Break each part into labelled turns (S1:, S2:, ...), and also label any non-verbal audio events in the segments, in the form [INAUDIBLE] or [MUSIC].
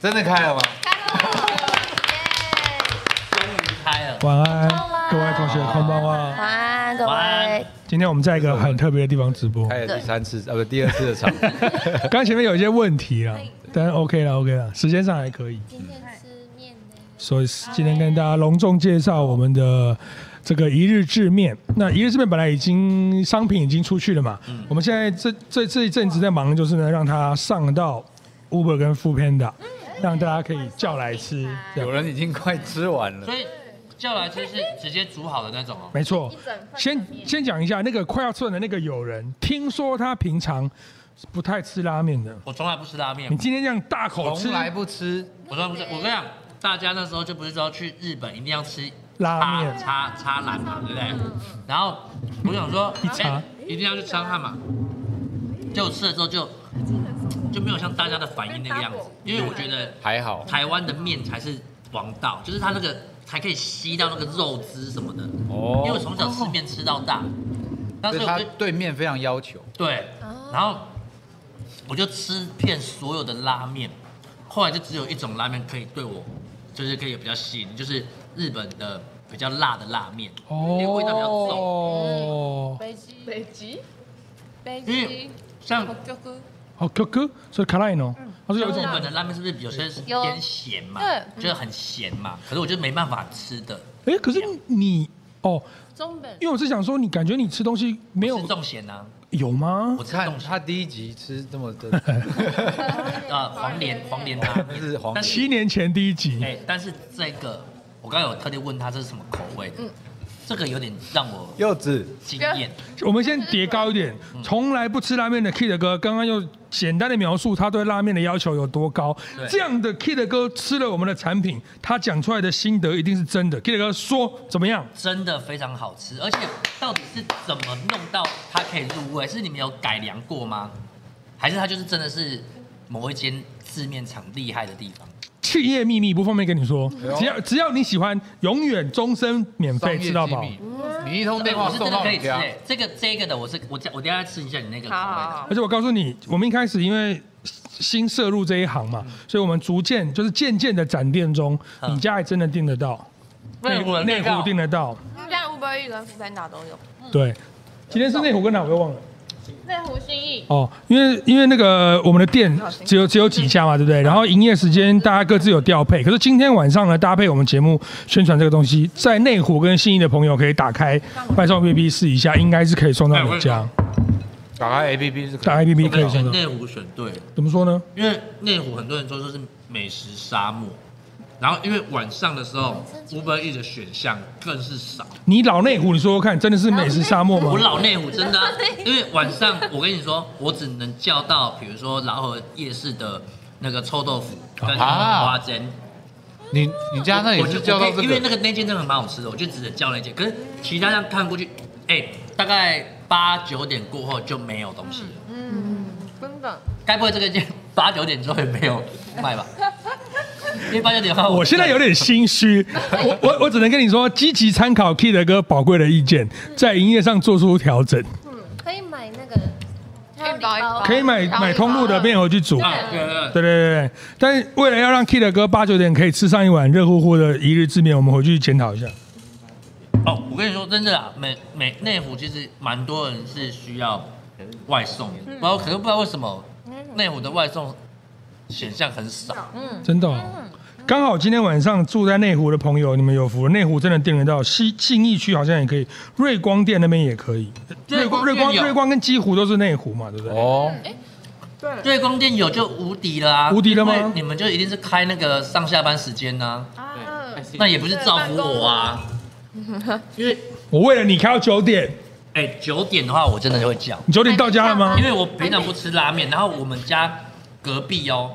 S1: 真的开了吗？
S2: 开了，耶！
S3: 终于开了，
S4: 晚安
S2: 晚安，
S4: 各位同学，空棒哇！
S2: 晚安，各
S3: 晚安
S2: 位。
S4: 今天我们在一个很特别的地方直
S2: 哎
S4: 播，
S1: 开了第三次啊，不，第二次的 [LAUGHS] 场。
S4: 刚前面有一些问题啊，
S2: 哎
S4: 但是 OK 了，OK 了，时间上还可以。
S2: 今天吃面呢？
S4: 所以今天跟大家隆重介绍我们的这个一日制面。那一日制面本来已经商品已经出去了嘛，
S2: 嗯
S4: 我们现在这这这一阵子在忙，就是呢让它上到 Uber 跟 f o o Panda，让
S2: 嗯
S4: 大家可以叫来吃。这
S1: 有
S4: 样
S1: 人已经快吃完了
S3: 所，以叫来吃是直接煮好的那种哦。
S4: 没错
S2: 一整份，的
S4: 先
S2: 面
S4: 先讲一下那个快要吃完的那个友人，听说他平常是不太吃拉面的，
S3: 我从来不吃拉面
S4: 你，今天这样大口吃
S1: 从来不吃。
S3: 我从来不吃。我跟你讲，大家那时候就不是说去日本一定要吃
S4: 拉面，
S3: 叉叉兰嘛，对不对？然后我想说，
S4: 一叉
S3: 哎一定要去昌汉嘛。结果吃了之后就就没有像大家的反应那个样子，因为我觉得
S1: 还好，
S3: 台湾的面才是王道，就是它那个才可以吸到那个肉汁什么的。
S1: 哦
S3: 因为我从小吃面吃到大，但
S1: 所
S3: 是
S1: 以
S3: 我
S1: 他
S3: 就
S1: 对面非常要求。
S3: 对，然后我就吃遍所有的拉面，后来就只有一种拉面可以对我，就是可以比较吸引，就是日本的比较辣的拉面，因为味道比较重。
S5: 嗯
S4: 哦，
S2: 北极，
S5: 北极，
S2: 北
S3: 因为像
S5: 北極
S4: 好哥哥，所以卡拉诺，他说有
S3: 像
S4: 一
S3: 日
S4: 种
S3: 本的拉面是不是有些是
S2: 有
S3: 偏咸嘛，
S5: 嗯
S3: 就是很咸嘛，可是我就没办法吃的，
S4: 哎、可是你哦，
S5: 中本
S4: 因为我是想说，你感觉你吃东西没有
S3: 吃重咸呐、
S4: 有吗
S3: 我？
S1: 我
S3: 吃
S1: 看
S3: 重咸，
S1: 他第一集吃这么的， [LAUGHS]
S2: 啊
S3: 呃，黄连黄连拉
S1: 那
S3: 面
S4: [LAUGHS]
S1: 是黄
S3: 但是
S4: 七年前第一集，
S3: 哎、但是这个我刚才有特地问他这是什么口味的，这个有点让我
S1: 柚子，
S3: 惊艳。
S4: 我们先叠高一点。从来不吃拉面的 Kid 哥，刚刚又简单的描述他对拉面的要求有多高。
S3: 对
S4: 这样的 Kid 哥吃了我们的产品，他讲出来的心得一定是真的。Kid 哥说怎么样？
S3: 真的非常好吃，而且到底是怎么弄到它可以入味？是你们有改良过吗？还是它就是真的是某一间制面厂厉害的地方？
S4: 企业秘密不方便跟你说
S1: 哎呦，
S4: 只要只要你喜欢，永远终身免
S1: 商
S4: 费
S1: 业
S4: 吃到饱
S1: 机。密，你一通电
S3: 我
S1: 话
S3: 是
S1: 送
S3: 真的
S1: 到
S3: 可以
S1: 你
S3: 吃、
S1: 家，
S3: 欸，这个这个的我是我我等一下吃一下你那个口
S5: 好好
S3: 味
S5: 好
S3: 的。
S4: 而且我告诉你，我们一开始因为新涉入这一行嘛，所以我们逐渐就是渐渐的展店中，
S3: 嗯
S4: 你家还真的订得到，
S3: 内湖的
S4: 内
S3: 内
S4: 湖
S3: 湖
S4: 订得到，
S5: 现在 Uber E 跟 f o o p 都有。
S4: 对。今天是内湖跟哪我又忘了
S2: 内湖新义，
S4: 哦，因为因为那个我们的店只有只有几家嘛，对不对？然后营业时间大家各自有调配，可是今天晚上呢，搭配我们节目宣传这个东西，在内湖跟信义的朋友可以打开外送 APP 试一下，应该是可以送到你家。
S1: 打开 APP 是可以
S4: 打开 APP 可以
S3: 我
S4: 送
S3: 选
S4: 到，
S3: 内湖选对了，
S4: 怎么说呢？
S3: 因为内湖很多人说说是美食沙漠，然后因为晚上的时候，Uber E 的选项更是少。
S4: 你老内湖，你说说看，真的是美食沙漠吗？
S3: 我老内湖真的啊、因为晚上我跟你说，我只能叫到比如说老河夜市的那个臭豆腐跟
S1: 啊
S3: 花煎，
S1: 你你家那也
S3: 我就是
S1: 叫到
S3: 我可
S1: 这
S3: 以因为那
S1: 个，
S3: 个那间真的蛮好吃的，我就只能叫那间。可是其他这样看过去，哎、大概八九点过后就没有东西了，
S5: 嗯，根本
S3: 该不会这个店八九点之后也没有卖吧？因为八九点后，
S4: 我现在有点心虚，我我我只能跟你说，积极参考 Kid 哥宝贵的意见，在营业上做出调整，
S2: 可以买那个，还有
S5: 一包一包
S4: 可以买买通路的面回去煮。
S3: 啊，对对对，
S4: 对对对对，但是为了要让 Kid 哥八九点可以吃上一碗热乎乎的一日之面，我们回去检讨一下。
S3: 哦，我跟你说，真的啊，美美内湖其实蛮多人是需要外送的，
S4: 嗯
S3: 然后可是不知道为什么内湖的外送选项很少，
S4: 真的、哦，刚好今天晚上住在内湖的朋友，你们有福了，内湖真的订得到，西信义区好像也可以，瑞光店那边也可以，瑞光
S3: 瑞
S4: 瑞
S3: 光
S4: 光
S3: 店有
S4: 瑞光跟基湖都是内湖嘛，对不对？
S1: 哦，
S3: 对，光店有就无敌了啊！
S4: 无敌了吗嗯
S3: 因为你们就一定是开那个上下班时间呐、
S5: 啊，
S3: 那也不是造福我啊，因为
S4: 我为了你开到九点，
S3: 哎九点的话我真的就会叫，
S4: 你九点到家了吗
S3: 因？为我平常不吃拉面，然后我们家隔壁哦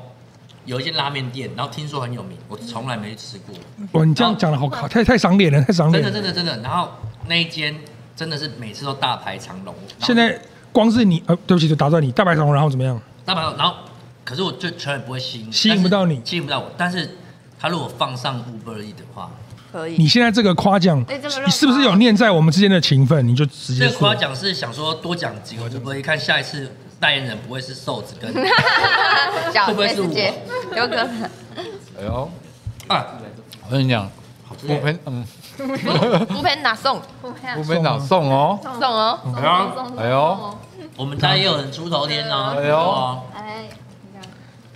S3: 有一间拉面店，然后听说很有名，我从来没去吃过。
S4: 哇，你这样讲的好好，太太赏脸了，太赏
S3: 哦真
S4: 脸
S3: 的
S4: 了。
S3: 真的真的，然后那一间真的是每次都大排长龙。然后
S4: 现在光是你，呃，对不起，就打断你，大白龙，然后怎么样？
S3: 大排长龙，然后可是我就全然不会吸引，
S4: 吸引不到你
S3: 但是吸引不到我。但是他如果放上 Uber E 的话，
S5: 可以。
S4: 你现在这个夸奖
S5: 哎这么热，情
S4: 是不是有念在我们之间的情分？你就直
S3: 这
S4: 接
S3: 个夸
S4: 说。
S3: 奖是想说多讲几个 Uber E，看下一次代言人不会是瘦子
S4: [LAUGHS]
S3: 跟
S6: 小
S3: 会不会
S6: 叶
S3: 是我
S6: 世界，有可能。
S1: 哎呦，
S3: 啊，
S1: 我跟你讲，
S3: 好吃
S1: 不喷，嗯，
S5: 不陪拿送
S1: 不喷脑送哦，
S5: 送哦，
S3: 哎呀，
S1: 哎呦，
S3: 我们家也有人出头天啊，
S1: 哎呦
S3: 对啊，
S6: 哎，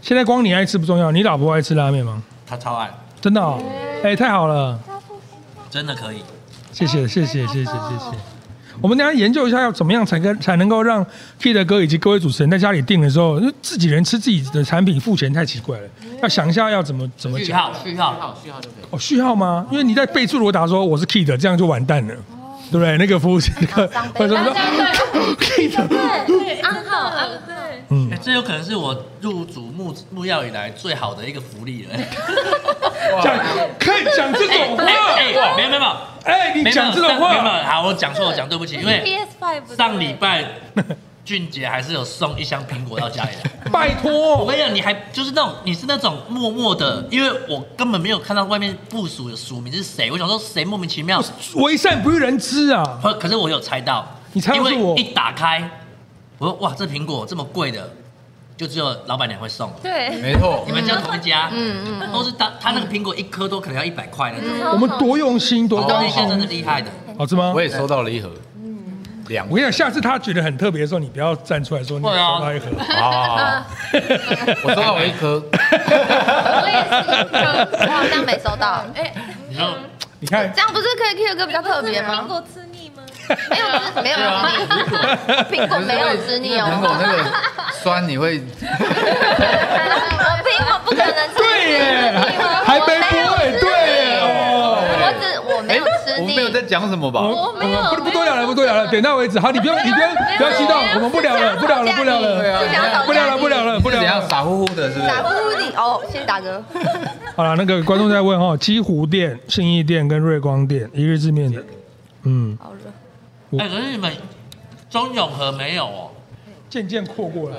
S4: 现在光你爱吃不重要，你老婆爱吃拉面吗？
S3: 他超爱，
S4: 真的、哦，哎、太好了，
S3: 真的可以。
S4: 谢谢
S6: 哎
S4: 谢谢谢谢谢谢。我们等一下研究一下要怎么样才跟才能够让 Kid 哥以及各位主持人在家里订的时候，因为自己人吃自己的产品付钱太奇怪了，要想一下要怎么怎么
S3: 序
S4: 讲。
S3: 号序号，
S4: 哦，序号吗？因为你在备注如果打说我是 Kid，这样就完蛋了，对不对？那个服务那个
S6: 哦当备
S4: 或者说 Kid，
S2: 对，安好安好，
S4: 嗯
S3: 哎，，这有可能是我入主木木曜以来最好的一个福利了。
S4: 讲看讲这种话，
S3: 哎哎，没有没有没有，
S4: 哎，你
S3: 没有
S4: 讲这种
S3: 没有没
S4: 话，
S3: 有，好，我讲错，我讲对不起，因为
S2: PS Five
S3: 上礼拜俊杰还是有送一箱苹果到家
S4: [LAUGHS]
S3: 里来。
S4: 拜
S3: 我
S4: 托，
S3: 跟你讲，你还就是那种你是那种默默的，因为我根本没有看到外面部署的署名是谁，我想说谁莫名其妙。
S4: 为善不欲人知啊！
S3: 可可是我有猜到，
S4: 你猜到
S3: 因
S4: 是我
S3: 为一打开，我说哇，这苹果这么贵的，就只有老板娘会送。
S2: 对，
S1: 没错
S3: 你，们家同一家，嗯嗯，都是他他那个苹果一颗都可能要一百块那种，
S4: [LAUGHS] 我们多用心，多
S3: 东
S4: 关
S3: 西真的
S4: 心，
S3: 厉害的。
S4: 好吃吗？
S1: 我也收到了一盒，
S3: 嗯
S1: 两
S4: 我跟你讲，下次他觉得很特别的时候，你不要站出来说你收
S1: [LAUGHS]
S3: 对啊
S4: 到一盒。
S1: 啊，我收到了一颗，
S6: 我也是一颗，我好像没收到。
S3: 你知道
S4: [LAUGHS] 你看
S6: 这样不是可以 Q 哥比较特别
S2: 苹
S6: 吗？
S2: 果吃腻吗？
S6: 没有，就是没有
S4: 啊
S6: 苹果没有吃腻
S1: 苹果
S6: 哦。
S1: 那个酸你会，
S6: 我苹果不可能吃
S4: 对耶，
S6: 腻吗？
S4: 还背锅哎，对耶哦。哎
S6: 我只我没有吃
S1: 我们
S6: 腻
S1: 没，有在讲什么吧？
S4: 我们不不多聊了，不多聊了，点到为止。好，你不用，你不用，不要激动，我们不聊了，不聊了，不聊
S1: 对
S4: 了，
S1: 啊
S6: 是想要
S4: 不聊了，不聊了，不
S1: 是
S4: 聊
S1: 怎样
S4: 了。
S1: 傻乎乎的，是不是？
S6: 打呼你哦，谢谢大哥。
S4: 好了，那个观众在问哦，西湖店、信义店跟瑞光店一日之面的，嗯，
S6: 好热，
S3: 哎，可是你们中永和没有哦，
S4: 渐渐扩过来。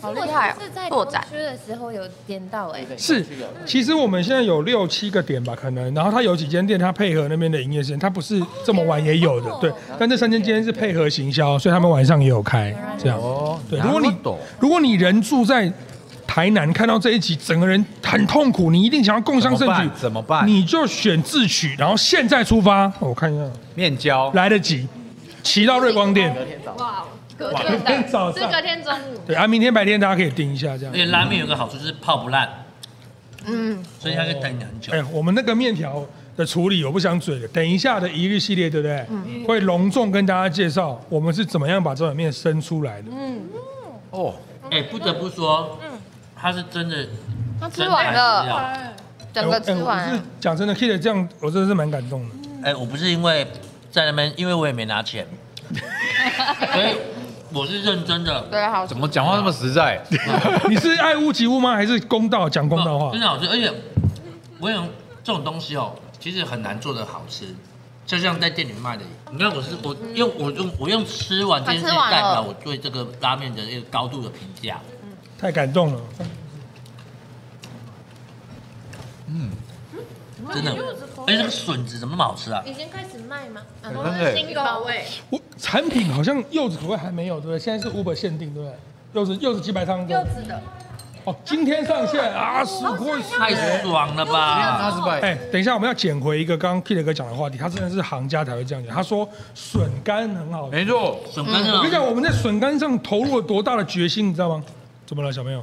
S6: 好厉害哦
S2: 是在
S6: 拓
S2: 拓
S6: 展
S2: 展区的时候有点到哎，
S4: 是，其实我们现在有六七个点吧，可能，然后它有几间店，它配合那边的营业时间，它不是这么晚也有
S1: 哦
S4: 的，对。但这三间今天是配合行销，所以他们晚上也有开，这样。
S1: 哦，
S4: 对，如果你
S1: 难懂
S4: 如果你人住在台南，看到这一集，整个人很痛苦，你一定想要共襄盛
S1: 怎么
S4: 举
S1: 办，怎么办
S4: 你就选自取，然后现在出发，哦我看一下，
S1: 面交，
S4: 来得及，骑到瑞光店，
S5: 哇，隔
S4: 哇明天 [LAUGHS] 早上
S5: 是隔天中午，
S4: 对啊，明天白天大家可以订一下这样
S3: 而。且拉面有个好处就是泡不烂，嗯，所以它可以等你很久
S4: 哎、。我们那个面条的处理，我不想嘴了。等一下的一日系列，对不对？
S6: 嗯
S4: 会隆重跟大家介绍我们是怎么样把这碗面生出来的。
S6: 嗯
S1: 哦，
S3: 哎，不得不说，它是真的，
S5: 他吃
S3: 真材
S5: 完
S3: 实
S5: 了，
S3: 料。
S6: 整个吃
S4: 哎我
S6: 完
S4: 我是讲真的，Kid 这样，我真的是蛮感动的。
S3: 哎，我不是因为在那边，因为我也没拿钱，所以我是认真的。
S5: 对，好吃
S1: 怎么讲话那么实在？
S4: 你是爱屋及乌吗？还是公道讲公道话
S3: 哦真？的好吃，而且我想这种东西哦，其实很难做的好吃，就像在店里卖的。你看我是我用我用我用吃完这件事
S6: 他吃
S3: 情
S6: 完了
S3: 代表我对这个拉面的一个高度的评价。
S4: 太感动了。
S3: 真的，哎，这个笋子怎么那么好
S4: 哎
S3: 吃啊？
S2: 已经开始卖吗？
S1: 真
S2: 啊
S1: 的耶，
S5: 新口味，
S4: 我产品好像柚子口味还没有，对不对？现在是 Uber 限定，对不对？柚子柚子鸡白汤羹
S2: 柚子的，
S4: 哦，今天上线啊，十五块十。
S3: 太爽了
S1: 他
S3: 吧！
S1: 是败，
S4: 哎，等一下，我们要捡回一个刚刚 Peter 哥讲的话题，他真的是行家才会这样讲。他说笋干很好吃，
S1: 没错，
S3: 笋干真
S4: 我跟你
S3: 的
S4: 讲，我们在笋干上投入了多大的决心，你知道吗？怎么了，小朋友？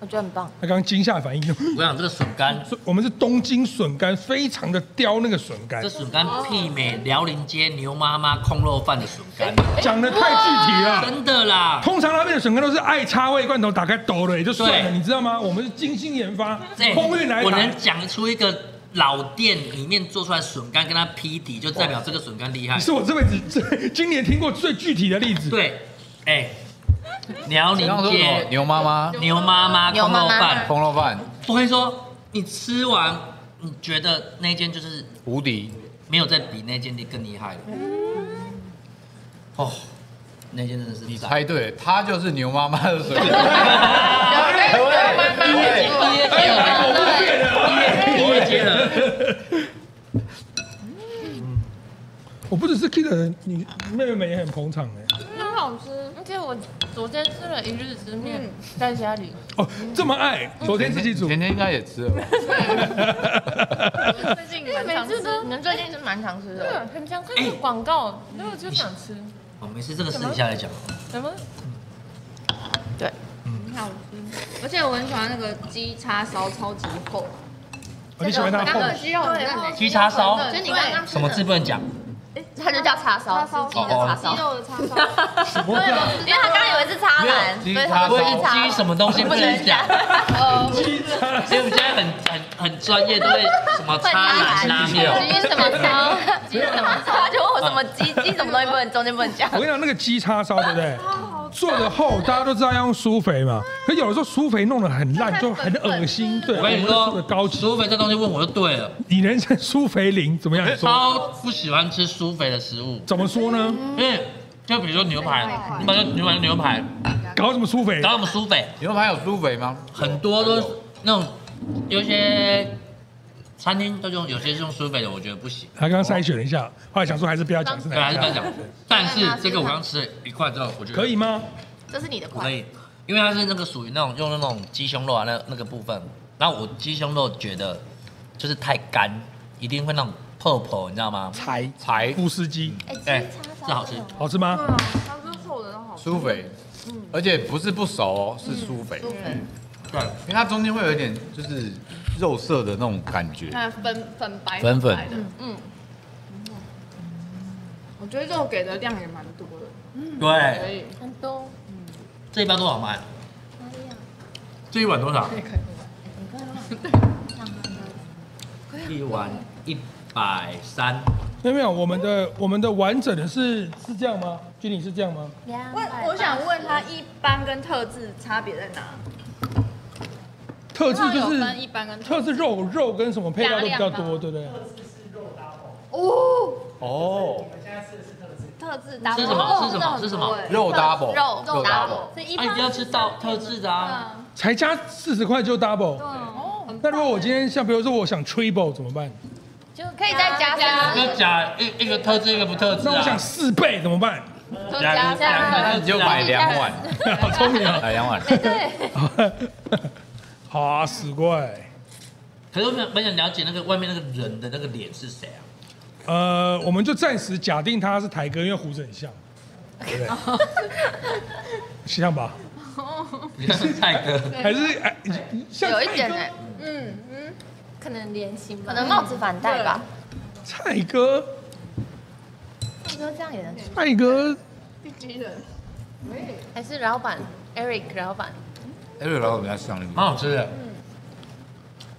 S6: 我觉得很棒。
S4: 他刚刚惊吓反应， [LAUGHS]
S3: 我想这个笋干，
S4: 我们是东京笋干，非常的雕那个笋干
S3: 这，笋干媲美辽宁街牛妈妈空肉饭的笋干，
S4: 讲的太具体了。
S3: 真的啦！
S4: 通常那边的笋干都是爱插味罐头打开抖了也就算
S3: 对
S4: 了，你知道吗？我们是精心研发，
S3: 哎
S4: 空运来
S3: 我
S4: 打
S3: 能。讲出一个老店里面做出来笋干跟它匹敌，就代表这个笋干厉害。
S4: 是我这辈子最今年听过最具体的例子。
S3: 对，哎，辽
S1: 你
S3: 宁
S1: 刚刚说什么？
S3: 街
S1: 牛妈妈、
S3: 牛妈妈空肉饭，
S1: 红肉饭、
S3: 我跟你说，你吃完，你觉得那间就是
S1: 无敌，
S3: 没有再比那间店更厉害了。
S4: 嗯
S3: 哦，那间真的是
S1: 你
S3: 赞
S1: 猜对了，它就是牛妈妈的水。
S3: 一夜结合，一夜结合，
S4: 我不只是 Kid，你妹妹们也很捧场哎。
S5: 很好好吃。
S2: 而且我昨天吃了一日之
S6: 嗯
S2: 面，在家里，
S4: 哦，这么爱，昨天自己煮
S1: 甜，甜应该也吃了吧，
S6: 最近蛮常吃，你们最近是蛮常吃
S2: 对
S6: 的。，
S2: 很想看那
S4: 哎
S2: 个广告，然后我就想吃。
S3: 哦，没事，这个私底下来讲。
S2: 什么？
S5: 很好吃，而且我很喜欢那个鸡叉烧，超级厚。
S4: [LAUGHS] 哦你喜欢它
S5: 刚
S4: 厚
S5: 刚的需要很嫩欸
S3: 鸡叉烧
S5: 就是你刚刚吃
S3: 什么字不能讲？哦
S6: 它就叫叉烧，是鸡的叉
S5: 鸡
S6: 烧。
S5: 肉的叉烧，哦
S6: 因为他刚刚以为是叉男，所以他
S3: 不
S6: 说
S3: 会
S6: 是
S3: 鸡什么东西不能讲？所以我们现在很很很专业，都会什么叉男拉面。
S6: 鸡什么烧？鸡什么烧？他就问我什么鸡鸡什么东西不能中间不能讲
S4: 我。跟你讲，那个鸡叉烧对不
S5: [LAUGHS]
S4: 对？做的厚，大家都知道要用苏肥嘛。
S5: 嗯
S4: 可有的时候苏肥弄得很烂，就很恶心。对，
S3: 我跟你
S4: 做的
S3: 说，
S4: 高级，
S3: 苏肥这东西问我就对了，
S4: 你人称苏肥林怎么样？你说
S3: 超不喜欢吃苏肥的食物，
S4: 怎么说呢？
S3: 因为就比如说牛排，你把那牛排牛排，
S4: 搞什么苏肥
S3: 然？后我们苏肥
S1: 牛排有苏肥吗？
S3: 很多都是那种有一些餐厅都用，有些是用苏肥的，我觉得不行。
S4: 他刚刚筛选了一下，后来想说还是不要讲是
S3: 对，啊还
S4: 哪一
S3: 是不要讲
S4: 家。。
S3: 但是这个我刚吃了一块之后，我觉得
S4: 可以吗？
S6: 这是你的
S3: 我可
S6: 款，
S3: 以，因为它是那个属于那种用那种鸡胸肉啊，那那个部分。然后我鸡胸肉觉得就是太干，一定会那种泡泡，你知道吗？
S4: 柴
S1: 才
S4: 布斯鸡
S3: 哎，这好吃。
S4: 好吃
S5: 嗯
S4: 吗？
S5: 它是厚的都好吃。
S1: 苏肥，而且不是不熟哦，是苏肥，
S6: 对
S3: 对，
S1: 因为它中间会有一点就是肉色的那种感觉。
S5: 它粉粉白
S1: 粉粉
S5: 白的，嗯。我觉得肉给的量也蛮多的，可
S3: 对，
S5: 以。
S2: 很多。
S3: 这一包多少卖？这一碗多少？ [LAUGHS] 一碗一百三，
S4: 没有没有，我们的我们的完整的是是这样吗？经理是这样吗？
S5: 问，我想问它一般跟特制差别在哪？
S4: 特制就
S5: 有分
S4: 是
S5: 一般跟
S4: 特制肉肉跟什么配料都比较
S5: 加量
S4: 多，对不对？
S5: 哦，
S1: 哦，
S5: 特制搭
S3: 是什么是什么是什么
S1: 肉 double，
S6: 肉肉 double，
S5: 是一
S3: 啊，一定要吃到特制的啊。
S4: 才加四十块就 double。
S5: 哦，
S4: 那如果我今天像比如说我想 triple 怎么办？
S6: 可以再加加
S3: 要加一一个特制，一个不特制
S4: 那我想
S3: 啊。
S4: 四倍怎么办？ [LAUGHS]
S3: 两个两个
S1: 那
S3: 特
S1: 你
S3: 制
S1: 就
S3: 啊
S1: 买两碗，
S4: 好聪明啊！
S1: 买两碗。
S4: 好啊死怪。
S3: 可是我想蛮想了解那个外面那个人的那个脸是谁啊？
S4: 呃，我们就暂时假定他是台哥，因为胡子很像，对不对？
S6: [LAUGHS]
S4: 像吧？
S3: 你是蔡哥。
S6: [LAUGHS]
S4: 还是哎，像
S6: 有一
S4: 蔡
S6: 点
S4: 哥
S6: 哎，
S2: 嗯可能脸型吧，
S6: 可能帽子反戴吧。
S4: 蔡哥，
S2: 你说这样也能吃，
S4: 蔡哥，
S2: 还是老板 Eric 老板，
S1: 哎，对，然后我们要上一
S3: 蛮好吃的。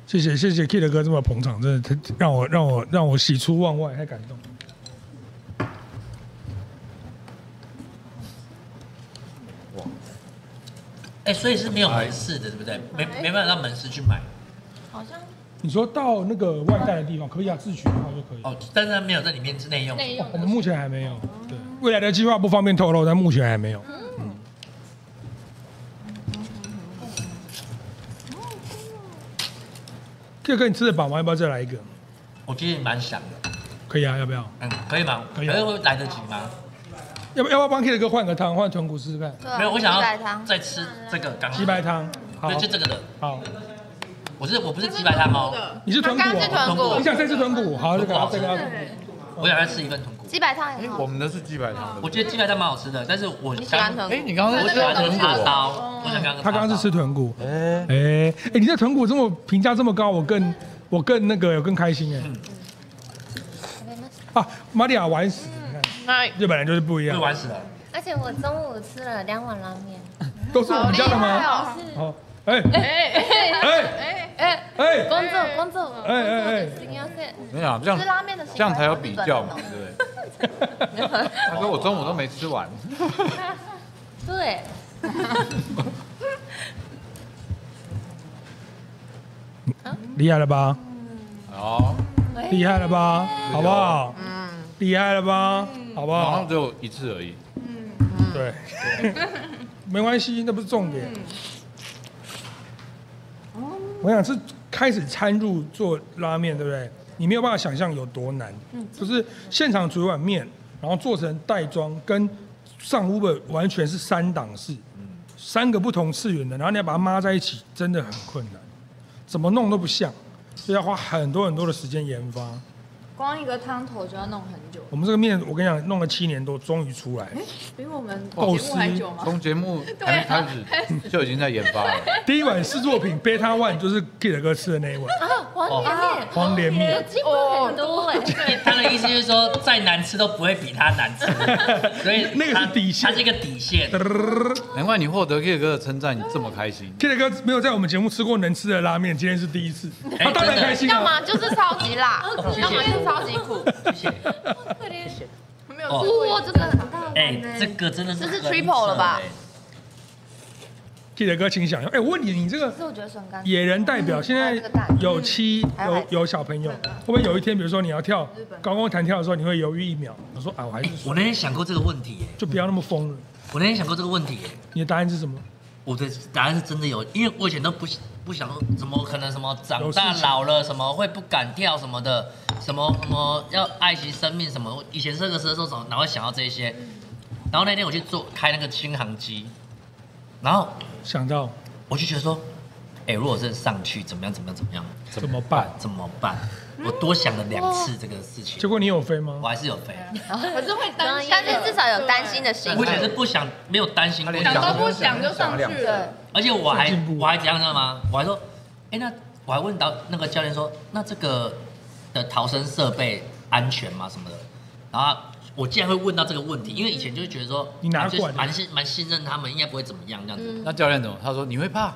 S4: 谢谢谢谢 Kid 哥这么捧场，真的他让我让我让我喜出望外，太感动。
S3: 哎、所以是没有门市的，对不对？
S6: 嗯
S3: 没没办法到门市去买
S2: 好像
S4: 你说到那个外带的地方可以啊，自取的话就可以。
S3: 哦，但是它没有在里面之内用。
S4: 哦我们目前还没有，对未来的计划不方便透露，但目前还没有。Kid 哥，你吃得饱吗？要不要再来一个？
S3: 我其实蛮想的，
S4: 可以啊，要不要？
S3: 嗯，可以吗？
S4: 可以啊
S3: 是会来得及吗？
S4: 要不要不要帮 K 的哥换个汤，换豚骨试试看？
S6: 对啊
S3: 没有，我想
S6: 鸡白
S3: 要
S6: 汤，嗯
S3: 再吃这个刚
S4: 鸡
S3: 刚。
S4: 白汤，好
S3: 对，就这个的。
S4: 好，
S3: 我是我不是鸡白汤哦，
S4: 你是豚骨
S6: 刚刚是
S4: 哦，
S6: 豚骨
S4: 你，想再吃豚骨？好，这个
S3: 好
S4: 这个这个
S3: 我想再吃一份豚骨。
S6: 鸡白汤也
S1: 哎，
S6: 很
S1: 我
S6: 好。
S1: 们的是鸡白汤
S3: 我
S1: 的。
S3: 觉得鸡白汤蛮好吃的，但是我
S6: 你喜欢豚
S1: 哎，
S6: 骨？
S1: 你刚刚
S3: 我
S1: 是
S3: 喜欢
S1: 说
S3: 豚
S1: 豚
S3: 骨
S1: 骨
S3: 叉
S1: 哦？
S3: 烧，我想刚
S4: 他刚刚是吃豚骨，
S1: 哎，
S4: 哎哎，你在豚骨这么评价这么高，我更我更那个我更开心哎。
S3: 嗯
S2: 哎
S4: 啊，玛利亚玩死，你看
S6: 那
S4: 日本人就是不一
S3: 被
S4: 样，
S3: 玩死了。
S2: 而且我中午吃了两碗拉面，
S4: 都是我们家的吗？
S6: 好啊
S4: 好，哎哎哎哎哎
S2: 工作工作，工
S4: 哎哎哎
S2: 作要是
S1: 你啊想这样
S6: 吃拉面的时候
S1: 这样才有比较嘛，
S6: 还是
S1: 对不对？他说我中午都没吃完，
S2: 对，
S4: 厉害了吧？
S1: 哦，
S4: 厉害了吧？好不好？厉害了吧？好不
S1: 好
S4: 好
S1: 像？只有一次而已。
S4: 对，没关系，那不是重点。我想是开始掺入做拉面，对不对？你没有办法想象有多难，就是现场煮一碗面，然后做成袋装，跟上 Uber 完全是三档式，三个不同次元的，然后你要把它抹在一起，真的很困难，怎么弄都不像，所以要花很多很多的时间研发。
S5: 光一个汤头就要弄很久，
S4: 我们这个面，我跟你讲，弄了七年多，终于出来了。
S5: 比我们节
S4: 构思
S5: 目还久吗？
S1: 从节
S3: [LAUGHS]
S1: 目还没
S3: 啊
S1: 开始就已经在研发了。
S4: 第一碗试作品 Beta One 就是 Kid 哥吃的那一碗
S2: 啊
S6: 哦黄连面，
S4: 黄连面，
S6: 进步很多
S3: [LAUGHS]
S6: 哎，
S3: 他的意思就是说，再难吃都不会比他难
S4: [LAUGHS]
S3: 吃，所以
S4: 那个是
S3: 他
S4: 底线
S3: 它是一个底
S4: [LAUGHS]
S3: 线。
S1: 难怪你获得 K 哥的称赞，你这么开心。
S4: Kid 哥没有在我们节目吃过能吃的拉面，今天是第一次，他当然
S3: 真的
S4: 开心
S2: 要
S4: 啊。
S2: 么就是超级辣，
S3: 谢
S2: 要么就是超级苦。
S3: 谢谢。
S2: 没有
S3: 哦
S2: 吃过这个很大
S3: 哎、这个真的是
S6: 这是
S3: 很
S6: triple 了吧
S3: 扯哎
S4: Kid 哥请享用。哎，我问你，你这个
S6: 可是我觉得笋干嗯
S4: 野人代表现在有妻
S6: 还有孩
S4: 有
S6: 子嗯
S4: 有小朋友，会不会有一天，比如说你要跳高空弹跳的时候，你会犹豫一秒？我说啊，我还是
S3: 哎我那天想过这个问题、哎，
S4: 就不要那么疯了。
S3: 我那天想过这个问题、哎，
S4: 你的答案是什么？
S3: 我的答案是真的有，因为我以前都不不想，怎么可能什么长
S4: 有事
S3: 大
S4: 情
S3: 老了什么会不敢跳什么的，什么什么要爱惜生命什么，以前这个时候怎么哪会想到这些？然后那天我去做开那个轻航机，然后
S4: 想到
S3: 我就觉得说，哎、如果真的上去怎么样怎么样怎么样
S4: 怎么办？
S3: 怎么办？
S1: 嗯
S3: 我多想了两次这个事情
S4: 结，果你有飞吗
S3: 我？还是有飞。
S5: 可是会担心，
S6: 但是至少有担心的心
S3: 我以前是不想，没有担心过，
S1: 他连
S5: 想都不想就上去了，
S3: 而且我还
S4: 进步
S3: 我还怎样知道吗？我还说，哎、那我还问到那个教练说，那这个的逃生设备安全吗？什么的？然后我竟然会问到这个问题，因为以前就是觉得说，
S4: 你哪
S3: 啊就是
S4: 管啊
S3: 蛮信蛮信任他们，应该不会怎么样这样子。
S1: 那教练怎么？他说你会怕？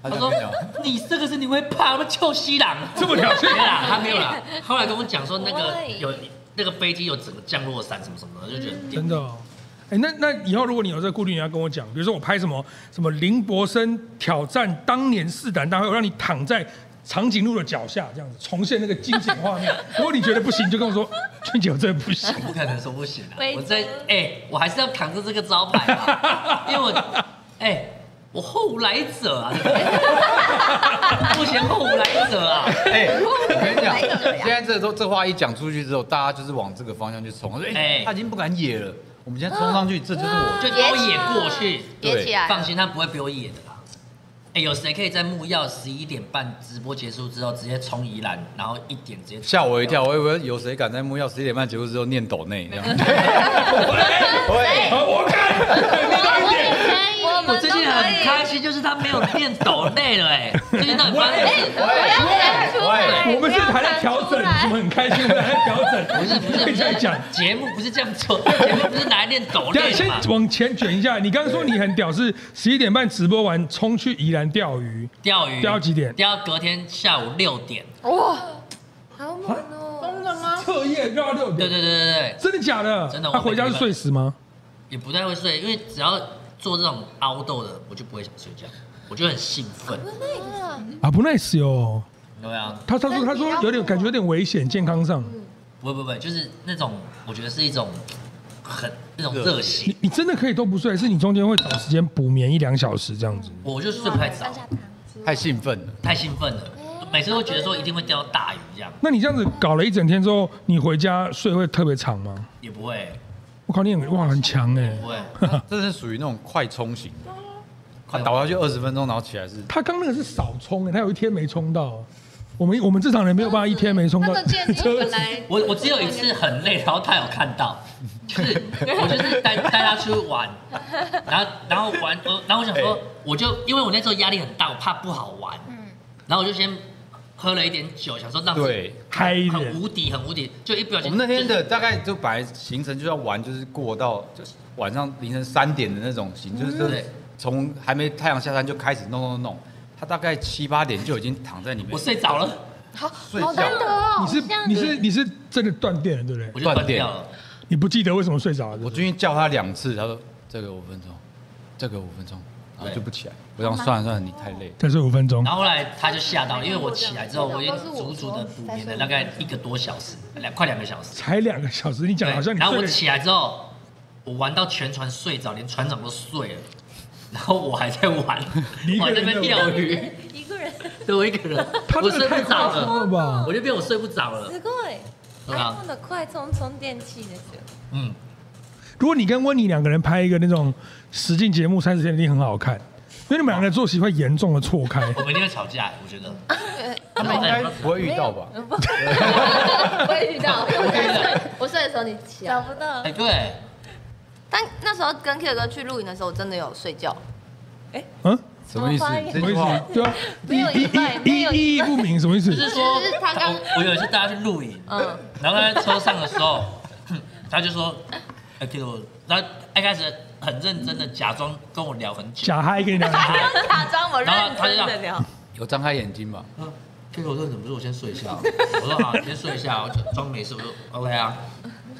S1: 他
S3: 他
S1: 就
S3: 说
S1: 没有。：“
S3: 你这个是你会怕吗？臭西郎，
S4: 这么了解
S3: 没啦，他没有啦。后来跟我讲说，那个
S6: 喂
S3: 有那个飞机有整个降落伞什么什么的，就觉得
S4: 真的、哦。哎、那那以后如果你有这个顾虑，你要跟我讲。比如说我拍什么什么林柏森挑战当年四胆大会，我让你躺在长颈鹿的脚下，这样子重现那个经典
S5: [LAUGHS]
S4: 画面。如果你觉得不行，你就跟我说，俊杰我真的不行。
S3: 不可能说不行啊
S6: 非！洲
S3: 我在哎、我还是要扛着这个招牌啊，因为我哎、我后来者啊，目前后来者啊，
S1: [LAUGHS] 哎，我跟你
S3: [LAUGHS]
S1: 讲，现在这都这话一讲出去之后，大家就是往这个方向去冲。他说哎
S3: 哎，
S1: 他已经不敢野了，我们现在冲上去，这就是我。
S3: 就给我野过去，
S6: 叠起来了，
S3: 放心，他不会比我野的啦。哎、有谁可以在木曜十一点半直播结束之后直接冲宜兰，然后一点直接
S1: 吓我一跳，我以为有谁敢在木曜十一点半结束之后念抖内这样。
S4: 好，我看，
S2: 我也可以，
S6: 我
S2: 我
S3: 我
S6: 们
S3: 最
S6: 都
S3: 近
S6: 可
S3: 很
S6: 以。
S3: 开心，就是他没有念抖内了哎、最近到底发生什么事？
S1: 喂，
S4: 我们是还在调整，
S5: 哎
S4: 我们很开心，我们还在调整。
S3: 不
S5: [LAUGHS]
S3: 是不是
S4: 可
S3: 不
S4: 以
S3: 是
S4: 再讲。
S3: 节目不是这样做，节目不是拿来练抖
S4: 等一
S3: 内的
S4: 下
S3: 嘛
S4: 先？往前卷一下。你刚刚说你很屌，是十一点半直播完冲去宜兰钓鱼，
S3: 钓鱼
S4: 钓到几点
S3: 钓到隔天下午六点。
S5: 真的吗？
S4: 彻夜钓到六
S3: 对
S4: 点，
S3: 对对对对，
S4: 真的假的？
S3: 真的
S4: 他回家是睡死吗？
S3: 也不太会睡，因为只要做这种凹豆的，我就不会想睡觉，我就很兴奋。
S4: 啊，不 nice 哦。
S3: 对啊，
S4: 他他说他说有点感觉有点危险，健康上，
S3: 不会不会不会，就是那种我觉得是一种很那种热血
S4: 你，你真的可以都不睡，还是你中间会找时间补眠一两小时这样子？
S3: 我就睡不太着，
S1: 太兴奋了。
S3: 太兴奋了，每次都觉得说一定会钓到大鱼这样，
S4: 那你这样子搞了一整天之后，你回家睡会特别长吗？
S3: 也不会
S4: 我靠，你很哇很强哎、
S3: 不会，
S1: 这是属于那种快冲型的，
S3: 快
S1: 倒下去二十分钟，然后起来是
S4: 他刚那个是少冲哎、他有一天没冲到。我们我们这场人没有办法一天没冲
S5: 那
S4: 到。
S5: 个
S4: [LAUGHS]
S5: 建议本来
S3: 我我只有一次很累，然后他有看到，就是我就是带带他出去玩，然后然后玩，我然后我想说
S1: 哎，
S3: 我就因为我那时候压力很大，我怕不好玩，然后我就先喝了一点酒，想说让自己
S1: 对。
S4: 嗨一点
S3: 很无敌很无敌，就一不小
S1: 我
S3: 心
S1: 们那天
S3: 就
S1: 的
S3: 是
S1: 大概就本来行程就要玩，就是过到就是晚上凌晨三点的那种行，就是就是
S3: 嗯对
S1: 从还没太阳下山就开始弄弄弄。他大概七八点就已经躺在里面
S3: 我睡着了，
S1: 睡
S3: 哦
S1: 觉。
S3: 啊
S4: 你是你是你是真的断电了，对不对
S3: 我？就
S1: 断
S3: 断
S1: 电
S3: 掉了，
S4: 你不记得为什么睡着了？对
S1: 我
S4: 不对
S1: 最近叫他两次，他说这个五分钟，这个五分钟，然后
S3: 对
S1: 就不起来。我想算了算了，你太累了。
S4: 再睡五分钟
S3: 然。后后来他就吓到了，因为我起来之后，我已经足足的补眠了大概一个多小时，两快两个小时。
S4: 才两个小时，你讲
S3: 对，
S4: 得好像你
S3: 然后
S4: 睡
S3: 我
S4: 了
S3: 起来之后，我玩到全船睡着，连船长都睡了，然后我还在玩，
S4: [LAUGHS] 你一
S3: 我
S4: 个
S3: 还在
S4: 人
S3: 那边
S4: 在玩
S3: 钓鱼，
S6: 一个人
S3: 对我一个人，
S4: 他
S3: 我
S4: 这
S3: 睡
S4: 个太
S3: 不着
S4: 夸张了
S3: 了，
S4: 吧？
S3: 我就变我睡不着了，
S6: すごい。
S3: 对啊
S6: iPhone 的快充充电器ですよ。
S3: 嗯，
S4: 如果你跟温妮两个人拍一个那种实境节目，三十天一定很好看，因为你们两个作息会严重的错 [LAUGHS] 开。
S3: 我们一定会吵架，
S5: [LAUGHS]
S3: 我觉得。他
S1: 们
S3: 们
S1: 应
S3: 在
S1: 该不会遇到吧？
S5: 不会遇到。我睡我睡的时候你起来
S6: 找，不到。
S3: 哎，对，
S6: 但那时候跟 K 哥去露营的时候，我真的有睡觉。
S4: 嗯，
S1: 什么意思
S6: 什么发？言
S1: 这
S4: 什么
S1: 句
S4: 意
S1: 话
S4: 思？对啊，
S6: 没有
S4: 意
S6: 一半没
S4: 意
S6: 有
S4: 意意义不明，什么意思？
S3: 就是说哦
S5: 就是他刚
S3: 我我有一次带他去露营，
S6: 嗯，
S3: 然后他在车上的时候，他就说，哎，给我，他一开始很认真的假装跟我聊很久，
S4: 假嗨跟你讲，
S6: 他要假装我认
S3: 然后他就
S6: 真
S3: 这
S6: 的
S3: 样
S6: 聊，
S1: 有张开眼睛吧？
S3: 嗯，这个我说你怎么不是我先睡一下？我说啊好，你先睡一下，我就装没事。我说 OK 啊，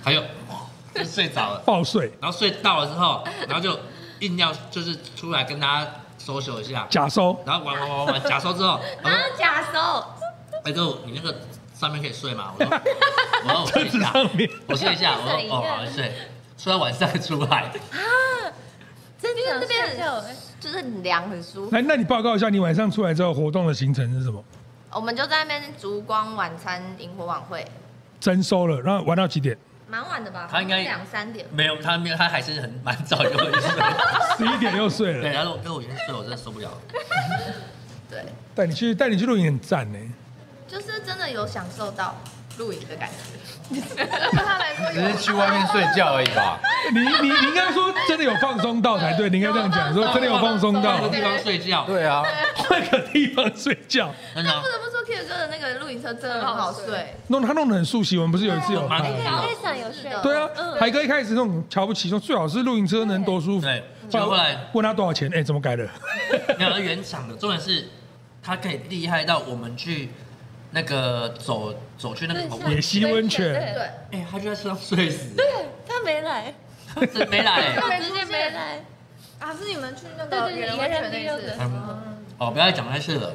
S3: 他就哇就睡着了，
S4: 爆睡，
S3: 然后睡到了之后，然后就硬要就是出来跟大家 social 一下，
S4: 假收，
S3: 然后玩玩玩玩，假收之后，我说
S6: 啊，假手，
S3: 哎哥，你那个上面可以睡吗？我说我说我
S4: 车
S3: 睡一
S4: 子
S3: 下，
S4: 上面，
S3: 我睡一下，我
S6: 睡一
S3: 说
S6: 下
S3: 哦好睡，睡到晚上出来，
S6: 真的那边
S5: 觉
S6: 就是很凉很舒服。
S4: 来，那你报告一下，你晚上出来之后活动的行程是什么？
S6: 我们就在那边烛光晚餐萤火晚会，
S4: 征收了，然后玩到几点？
S6: 蛮晚的吧？
S3: 他应该
S6: 两三点。
S3: 没有他没有他还是很蛮早就会睡，
S4: 十一点又睡
S3: 对，
S4: 了。
S3: 然后我哥我先睡，我真的受不了。
S6: 对，
S4: 带你去带你去露营很赞欸呢。
S6: 就是真的有享受到露营的感觉。
S5: 对他来说
S1: 只
S5: 有
S1: 是去外面睡觉而已
S3: [LAUGHS]
S1: 吧？
S4: 你你你应该说真的有放松到才对，你应该这样讲，说真的有放松
S3: 换个
S4: 到，
S3: 地方睡觉，
S1: 对啊，
S4: 换个地方睡觉，
S3: 真的啊
S6: 不得不说，Q 哥的那个露营车真的很好睡，
S4: 弄他弄得很熟悉。我们不是有一次
S3: 哦
S4: 有
S3: 蛮
S4: 拍。
S3: 好
S5: 上有睡
S4: 对
S3: 嗯
S4: 啊，海哥一开始那种瞧不起，说最好是露营车能多舒服。
S3: 对，就后来
S4: 问他多少钱？哎，怎么
S3: [LAUGHS]
S4: 改的？
S3: 没有原厂的，重点是它可以厉害到我们去那个走走去那个棚
S4: 野溪温泉，
S6: 对，
S3: 哎、他就在车上睡死，
S5: 他没来，
S3: 真没来、
S5: 他
S3: [LAUGHS] 欸。
S5: 直接没来。
S6: 啊，是你们去那
S5: 对对对
S6: 园林
S5: 一个人
S6: 温泉
S5: 第六
S6: 那
S5: 个
S6: 次，
S3: 嗯哦，不要再讲那事了。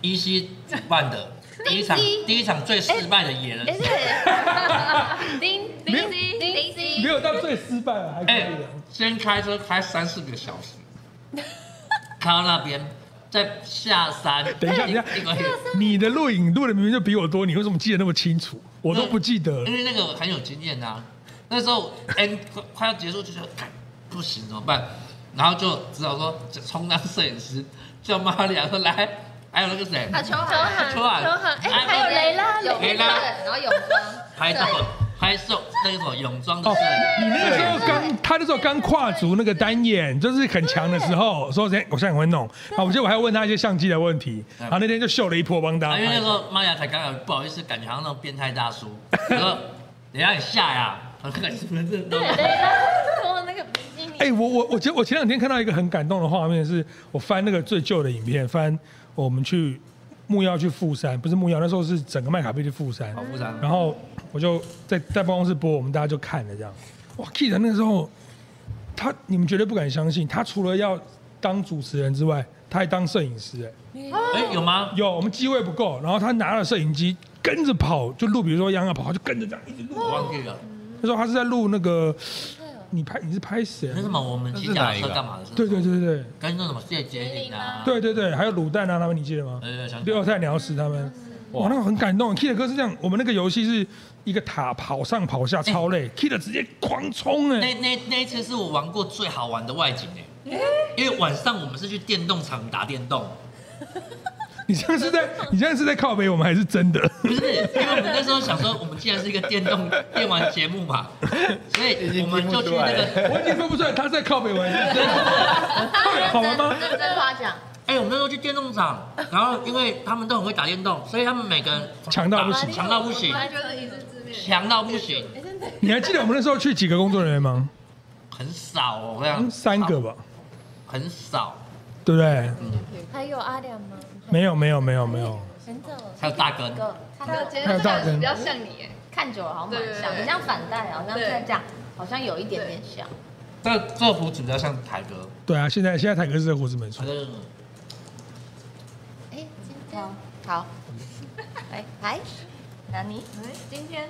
S3: 依稀主办的第一场，第一哎场最失败的野人，
S6: 也是
S5: 叮
S4: 没有
S5: 叮叮叮叮，
S4: 没有到最失败了，还可
S3: 哎、
S4: 以啊。
S3: 先开车开三四个小 [LAUGHS] 时，开到那边，再下山。
S4: 等一下等一你的录影录的明明就比我多，你为什么记得那么清楚？我都不记得
S3: 因
S4: 了。
S3: 为那个很有经验啊。那时候 N 快快要结束就觉得，干不行怎么办？然后就只好说就充当摄影师，叫玛利亚说来，还有那个谁
S6: 啊，秋寒，
S3: 秋寒，
S2: 秋寒哎还有
S3: 哎
S2: 雷拉
S6: 有
S3: 雷拉
S6: 然后泳装，
S3: 拍照拍摄那个什么泳装的
S4: 哦
S3: 摄影，
S4: 你那个时候刚，他那时候刚跨足那个单眼，就是很强的时候，说谁我现在很会弄。啊，我记得我还问他一些相机的问题，
S3: 嗯
S4: 然后那天就秀了一波帮大
S3: 啊，
S4: 家
S3: 因为那
S4: 拍
S3: 时。候玛利亚才刚好不好意思，感觉好像那种变态大叔，我说等一下你下呀，很感什么这
S2: 啊
S3: 都
S5: 脱那个比基尼，
S4: 哎、我我我前我前两天看到一个很感动的画面是，我翻那个最旧的影片，翻我们去木曜去富山，不是木曜，那时候是整个麦卡贝去哦富山，
S3: 好复杂。
S4: 然后我就在在办公室播，我们大家就看了这样。哇 k i d 那个时候，他你们绝对不敢相信，他除了要当主持人之外，他还当摄影师、哎。
S3: 哎，有吗？
S4: 有，我们机位不够，然后他拿了摄影机跟着跑，就录，比如说央要跑，他就跟着这样一直录。
S3: 我忘记了，
S4: 那时候他是在录那个，你拍你是拍谁
S3: 那
S4: 啊？
S3: 什么我们骑脚踏车干嘛的？
S4: 对对对对
S3: 跟那什么谢杰林啊，
S4: 对啊对对，还有卤蛋啊，他们你记得吗？
S3: 呃，想起来
S4: 六菜鸟屎他们，哇，
S1: 哇
S4: 那个很感动。Kid 哥是这样，我们那个游戏是一个塔跑上跑下，超累，Kid 直接狂冲哎、
S3: [LAUGHS] 那那那一次是我玩过最好玩的外景哎、因为晚上我们是去电动场打电动，
S4: 你这样是 [LAUGHS] 在你这样是在靠北我们还是真的？
S3: 不是，因为我们那时候想说，我们既然是一个电动电玩节目嘛，所以我们就去那
S1: 已经听不出
S3: 个，
S4: 我已经分不出来他是在靠北我还是真 [LAUGHS] 的，好玩吗？
S6: 认真夸奖，
S3: 哎、我们那时候去电动场，然后因为他们都很会打电动，所以他们每个人
S4: [LAUGHS] 强到不行
S3: 强到不行，
S5: 就是一字自恋。
S3: 强到不行，
S4: 你还记得我们那时候去几个工作人员吗？
S3: 很少哦，我跟你
S4: 嗯
S3: 讲
S4: 三个，吧，
S3: 很少，
S4: 对不对？
S5: 还有阿良吗？
S4: 没有没有没有没有，
S5: 很早，
S3: 还有大根，
S6: 他的
S5: 觉
S4: 还
S2: 啊
S5: 得
S4: 有大
S5: 这
S4: 根
S5: 个比较像你耶，
S6: 看久了好像
S5: 对
S6: 蛮
S5: 对
S6: 像，
S5: 对
S6: 很像反带，好像
S5: 对
S6: 在这样，好像有一点点像。
S3: 这这幅比较像台哥，
S4: 对啊，现在现在台哥是胡子没错
S3: 台，哥是
S6: 哎，今天好，来来，那你今天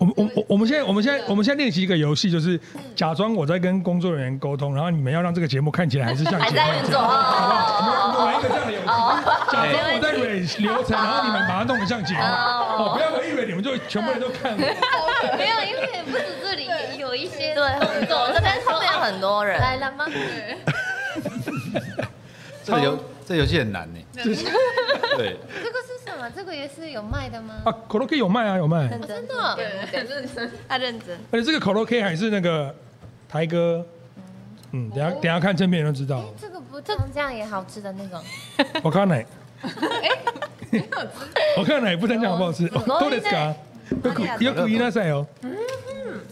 S4: 我们我我我们现在我们现
S6: 啊
S4: 在我们现在练习一个游戏，就是假装我在跟工作人员沟通，然后你们要让这个节目看起来还是像
S6: 还
S4: 节
S6: 在
S4: 目
S6: 运
S4: 一
S6: 作
S4: 样。
S6: 哦。
S4: 我们玩一个这样的游戏，假装我在蕊流程，然后你们把它弄得像节目。哦，不要我以为你们就全部人都看了。
S5: 没有，因为不止这里有一些
S6: 对，很多这边后面有很多人，
S5: 来了吗？
S1: 这个游这个游戏很难呢。对，
S5: 这个是什么？这个也是有卖的吗？
S6: 哦
S4: 啊，可乐 K 有卖啊，有卖。
S6: 认真
S5: 真，的，
S6: 他认真。
S4: 而且这个可乐 K 还是那个台哥，嗯，等一下
S6: 哦
S4: 等一下看正片就知
S6: [LAUGHS]
S4: 道了。
S5: 哎这个不，这这样也好吃的那种。
S4: 我看奶， [LAUGHS] 我看奶不能讲好不好吃，哦都得吃啊。有苦有苦伊那赛哦，
S6: 嗯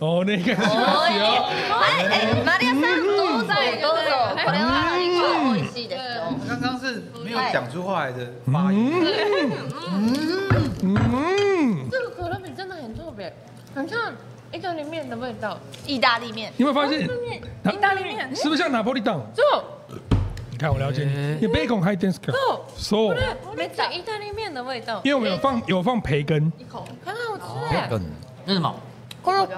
S4: 哦那个
S6: 可以，哎哎，玛利亚さんどうぞどうぞ。これは美味しいですよ。
S1: 刚刚是没有讲出话来的发音。
S4: 嗯，
S2: 这个可乐饼真的很特别，很像意大利面的味道。
S6: 意大利面，
S4: 你有没有发现它
S2: 意大利面，
S4: 是不是像拿破利档？
S2: 就
S4: 你看我了解你，你 bacon high d e n s c a
S2: 哦
S4: so，
S2: 没吃意大利面的味道，
S4: 因为我们有放有放培根，
S2: 很好吃
S4: 哦
S2: 哎。
S3: 那什么？
S2: 可乐饼，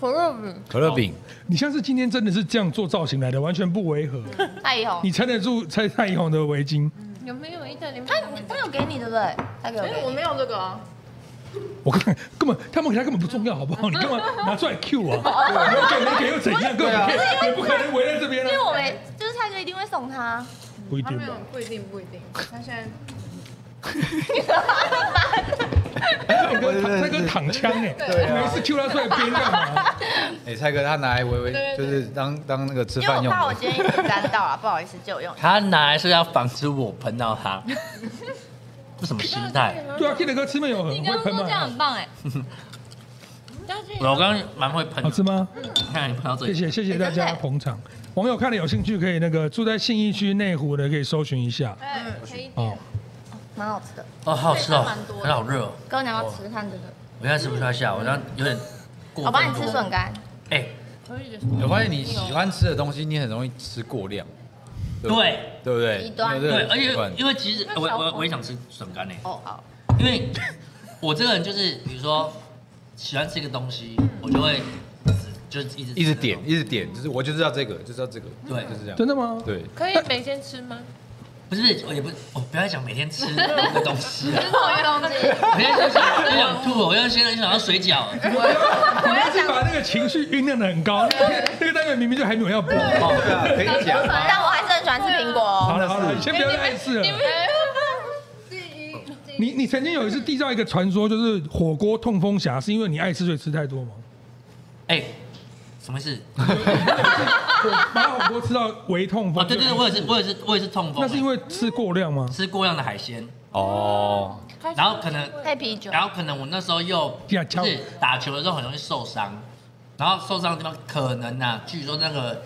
S2: 可乐饼，
S1: 可乐饼，
S4: 你像是今天真的是这样做造型来的，完全不违和，
S6: 蔡依红，
S4: 你撑得住蔡蔡依红的围巾。
S2: 有没有意大利面
S6: 他
S2: 的味道？
S6: 他有给你对不对？他给我给
S7: 哎，我
S6: 你，
S7: 没有这个啊，
S4: 我根本根本他们给他根本不重要，好不好？你干嘛拿出来 Q 啊？没有给没给又怎样？根本也不可能围在这边
S6: 因为
S4: 啊。
S6: 我们就是蔡哥一定会送他。
S4: 不一
S7: 他
S4: 定啊
S7: 没有
S4: 吧？，
S7: 不一定，不一定。他现在
S4: 蔡哥蔡哥躺枪哎，每次 Q 他出来编干嘛？
S1: 哎，蔡哥他拿来微微，就是当当那个吃
S6: 因为
S1: 饭
S6: 我
S1: 用
S6: 怕我
S1: 的。
S6: 今天一直沾到啊，不好意思借我用。
S3: 他拿来是要防止我喷到他，这什么心态？
S4: 对啊，K 的哥吃面有很会喷吗？
S5: 很棒 [LAUGHS] 哎，
S3: 我刚刚蛮会喷
S4: 好吃
S3: 的，
S4: 吗？
S3: 你看你喷到这
S4: 谢
S3: 里，
S4: 谢谢谢大家捧场。网友看了有兴趣，可以那个住在信义区内湖的可以搜寻一下哦。
S6: 蛮好吃的。
S3: 哦，好好吃哦
S7: 蛮，多的
S3: 很好热哦，
S6: 哥，你要不要吃吃看这个？
S3: 我现在吃不下下，我现在有点过
S6: 我
S3: 分
S6: 帮你吃
S3: 多
S6: 笋。 [LAUGHS] 干。
S3: 哎，
S1: 我发现
S6: 嗯
S1: 你喜欢吃的东西，你很容易吃过量。
S3: 对
S1: 对不对？
S6: 极端
S1: 你有
S3: 对，
S1: 这个
S3: 而
S1: 习惯
S3: 且因为其实我我我也想吃笋干呢，欸
S6: 哦好，
S3: 因为我这个人就是比如说喜欢吃一个东西，
S6: 嗯
S3: 我就会只就是一直吃
S1: 一直点，一直点，就是我就知道这个，就知道这个，
S3: 对
S1: 就是这样。
S4: 真的吗？
S1: 对，
S2: 可以每天吃吗？
S3: 不是，我也不，我不要讲每天
S6: [LAUGHS]
S3: 吃那个东西啊。
S6: 同一东西。
S3: 我现在就想，就想吐，我现在就想要水饺。
S4: 你们是把那个情绪酝酿的很高，那个单元明明就还没有要播。
S1: 对啊，可以讲啊。
S6: 但我还是很喜欢吃苹果哦。
S4: 好了好了，先不要再次了。
S6: 哎
S4: 你你曾经有一次缔造一个传说，就是火锅痛风侠，是因为你爱吃所以吃太多吗？
S3: 哎，什么事？
S4: 把火锅吃到胃痛风？
S3: 哦，对对对，我也是，我也是，我也是痛风。欸
S4: 那是因为吃过量吗？
S3: 吃过量的海鲜，
S1: 哦，
S3: 然后可能，
S6: 配啤酒，
S3: 然后可能我那时候
S4: [LAUGHS]
S3: 又
S4: 呀敲
S3: 就是打球的时候很容易受伤，然后受伤的地方可能啊，据说那个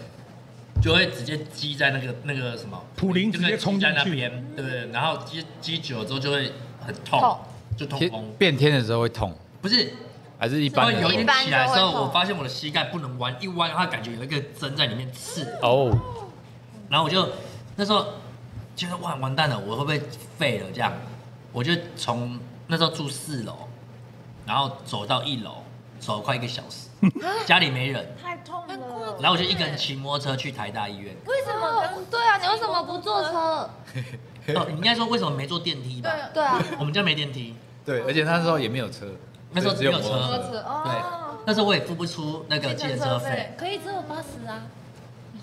S3: 就会直接积在那个那个什么
S4: 普林
S3: 就
S4: 直接
S3: 会
S4: 冲
S3: 积在
S4: 进
S3: 那
S4: 去
S3: 边，对不对？然后积积久了之后就会很痛
S6: 痛，
S3: 就痛
S1: 天
S3: 风。
S1: 变天的时候会痛，
S3: 不是，
S1: 还是一
S3: 然
S1: 般
S3: 后
S1: 的
S3: 有一天
S6: 一般
S3: 起来的时候，
S6: 就会痛
S3: 我发现我的膝盖不能弯，一弯，它感觉有一个针在里面刺，
S1: 哦，
S3: 然后我就那时候觉得哇完蛋了，我会不会废了这样？我就从那时候住四楼，然后走到一楼，走了快一个小时，家里没人，
S7: 太痛了。
S3: 然后我就一个人骑摩托车去台大医院。
S6: 为什
S5: 哦
S6: 么？对啊，你为什么不坐车？
S3: 哦，你应该说为什么没坐电梯吧？
S6: 对啊，
S3: 我们家没电梯，
S1: 对，而且那时候也没有车，
S3: 那时候
S1: 对
S3: 只有
S1: 摩托
S3: 车
S1: 车，
S2: 哦
S3: 对，那时候我也付不出那个计程车费，
S5: 可以只有八十啊。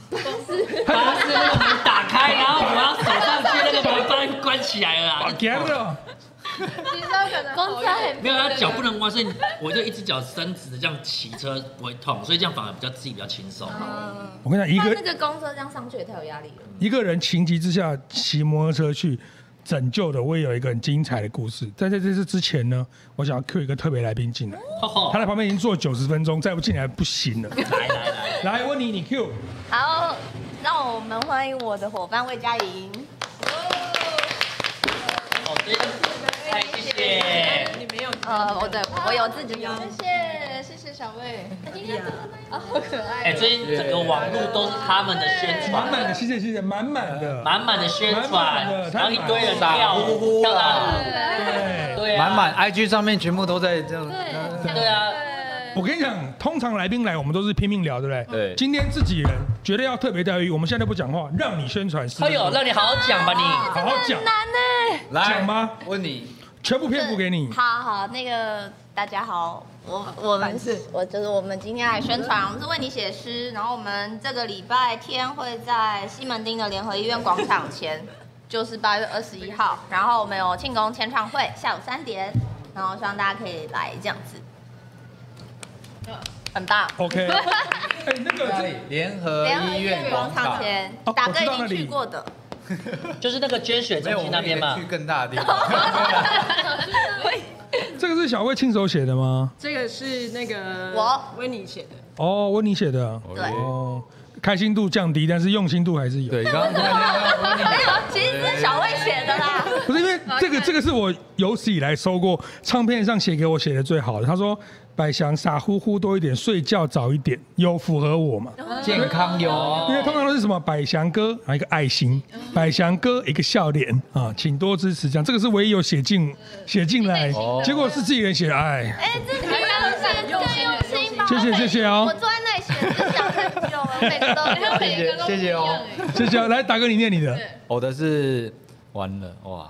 S3: 巴士那个门打开，然后我要走上去，那个门关关起来了
S4: [LAUGHS]
S3: 啊。
S4: 给了，
S7: 其实他可能
S5: 公车很
S3: 没有，他脚不能弯，所以我就一只脚伸直的这样骑车不会痛，所以这样反而比较自己比较轻松。
S4: 我跟你讲，一
S6: 他
S4: 个
S6: 那个公车这样上去也太有压力了。
S4: 一个人情急之下骑摩托车去拯救的，我也有一个很精彩的故事。但在这次之前呢，我想要 Q 一个特别来宾进来，他在旁边已经坐九十分钟，再不进来不行了。
S3: 来来来，
S4: 来，问你，你 Q，
S6: 好，让我们欢迎我的伙伴魏佳莹。
S3: 哦，对，哎，谢谢。
S6: 呃，我对我有自己有。
S7: 谢谢谢谢小魏，
S3: 哎，最近整个网络都是他们的宣
S4: 满满
S3: 传，
S4: 的，谢谢谢谢，满满的，
S3: 满满的宣
S4: 满
S3: 传
S4: 满的，太
S3: 然后一堆人
S1: 满了
S3: 跳舞，跳啊舞，
S4: 对，
S3: 对啊，
S1: 满满 IG 上面全部都在这样，
S3: 对啊，
S4: 我跟你讲，通常来宾来，我们都是拼命聊，对不对？
S1: 对
S4: 今天自己人绝对要特别待遇，我们现在都不讲话，让你宣传。
S3: 哎呦，让你好好讲吧你。
S4: 好好讲，
S1: 来
S4: 讲吗？
S1: 问你，
S4: 全部篇幅给你。
S6: 好好，那个大家好，我我们我就是我们今天来宣传，我们是为你写诗，然后我们这个礼拜天会在西门町的联合医院广场前，就是八月二十一号，然后我们有庆功签唱会，下午三点，然后希望大家可以来这样子，很棒。
S3: [LAUGHS]
S4: OK，哎，那个
S1: 哪
S4: 这
S1: 里？联合
S6: 联合
S1: 医
S6: 医
S1: 院
S6: 院
S1: 广
S6: 广场
S1: 场，
S6: 前
S4: 哦，
S6: 打
S4: 我知
S6: 哥已
S4: 道那里
S6: 经去过的， [LAUGHS]
S3: 就是那个捐血
S1: 没
S3: 中
S1: 有，我
S3: 心
S1: 们
S3: 那边
S1: 可
S3: 嘛
S1: 以去。更大的地方。
S4: 这个是小魏亲手写的吗？
S8: 这个是那个
S6: 我
S8: 维尼写的，
S4: 哦，温妮写的。
S6: 对
S4: 哦，开心度降低，但是用心度还是有。
S1: 对，刚刚那个温妮
S6: 没有，哎其实是小魏写的
S4: [LAUGHS]
S6: 啦。
S4: 不是因为这个，这个是我有史以来收过唱片上写给我写的最好的。他说：“百祥傻乎乎多一点，睡觉早一点，有符合我嘛？
S1: 健康哟
S4: 因，为通常都是什么百祥哥，然后一个爱心，百祥哥一个笑脸啊，请多支持。这样这个是唯一有写进写进来
S1: 哦，
S4: 结果是自己人写的，哎，
S6: 哎，这你们用心，更用心吧。
S4: 谢谢谢谢
S6: 我
S4: 哦，
S6: 坐在那里写字想很久了，每个都没有
S1: 谢谢谢谢哦。
S4: 谢谢哦。来，大哥你念你的，
S1: 我的是完了哇，哦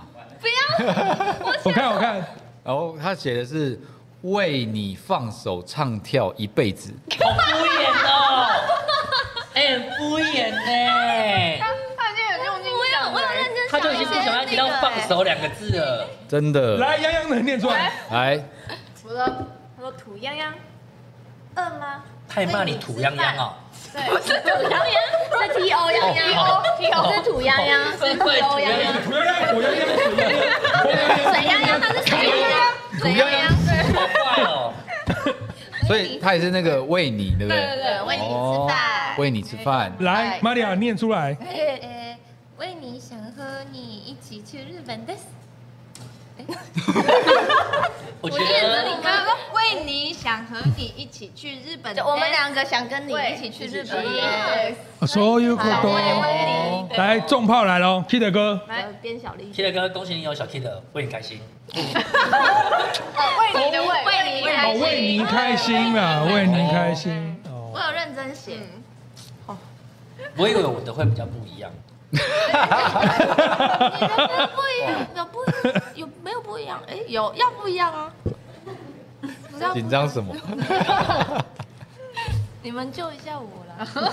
S4: 我看我看，
S1: 然后他写的是为你放手唱跳一辈子，
S3: 好敷衍哦，哎、很敷衍呢、
S7: 他已经很用心
S6: 我有
S7: 想
S6: 我
S7: 了
S6: 有认真
S3: 他就已经不想要提到放手两个字了。
S1: 真的。
S4: 来洋洋的念出来，
S1: 来，
S7: 我的我的土泱泱，饿吗？
S3: 太骂你土泱泱哦，
S6: 是 T O 洋洋，T
S3: 哦
S6: O 是土洋洋，是 T O 洋洋，
S4: 我要让我要让
S6: 水洋洋，他是水洋洋，水洋洋，
S3: 好怪哦。
S1: 所以他也是那个为你，对不对？
S6: 对，为你吃饭。
S1: 为你吃饭。
S4: 来玛利亚念出来，
S6: 哎
S5: 呃，为你想和你一起去日本的。
S3: 我觉得
S7: 你刚刚说为你想和你一起去日本，
S6: 就我们两个想跟你一起去日本，
S4: 啊所有
S6: 好我也问
S4: 多来重炮来喽，Kid 哥，
S6: 来编小丽，
S3: Kid 哥，恭喜你有小 Kid，为你开心。
S7: 为你的为
S6: 为你
S4: 哦
S6: 开
S4: 为您开
S6: 心。哦
S4: 心啦，为您开心。哦
S6: 我有认真写，
S3: 我以为我的会比较不一样，
S6: 你的不一样，有不有没有不一样？哎，有要不一样啊！
S1: 紧张什么？
S6: 你们救一下我啦！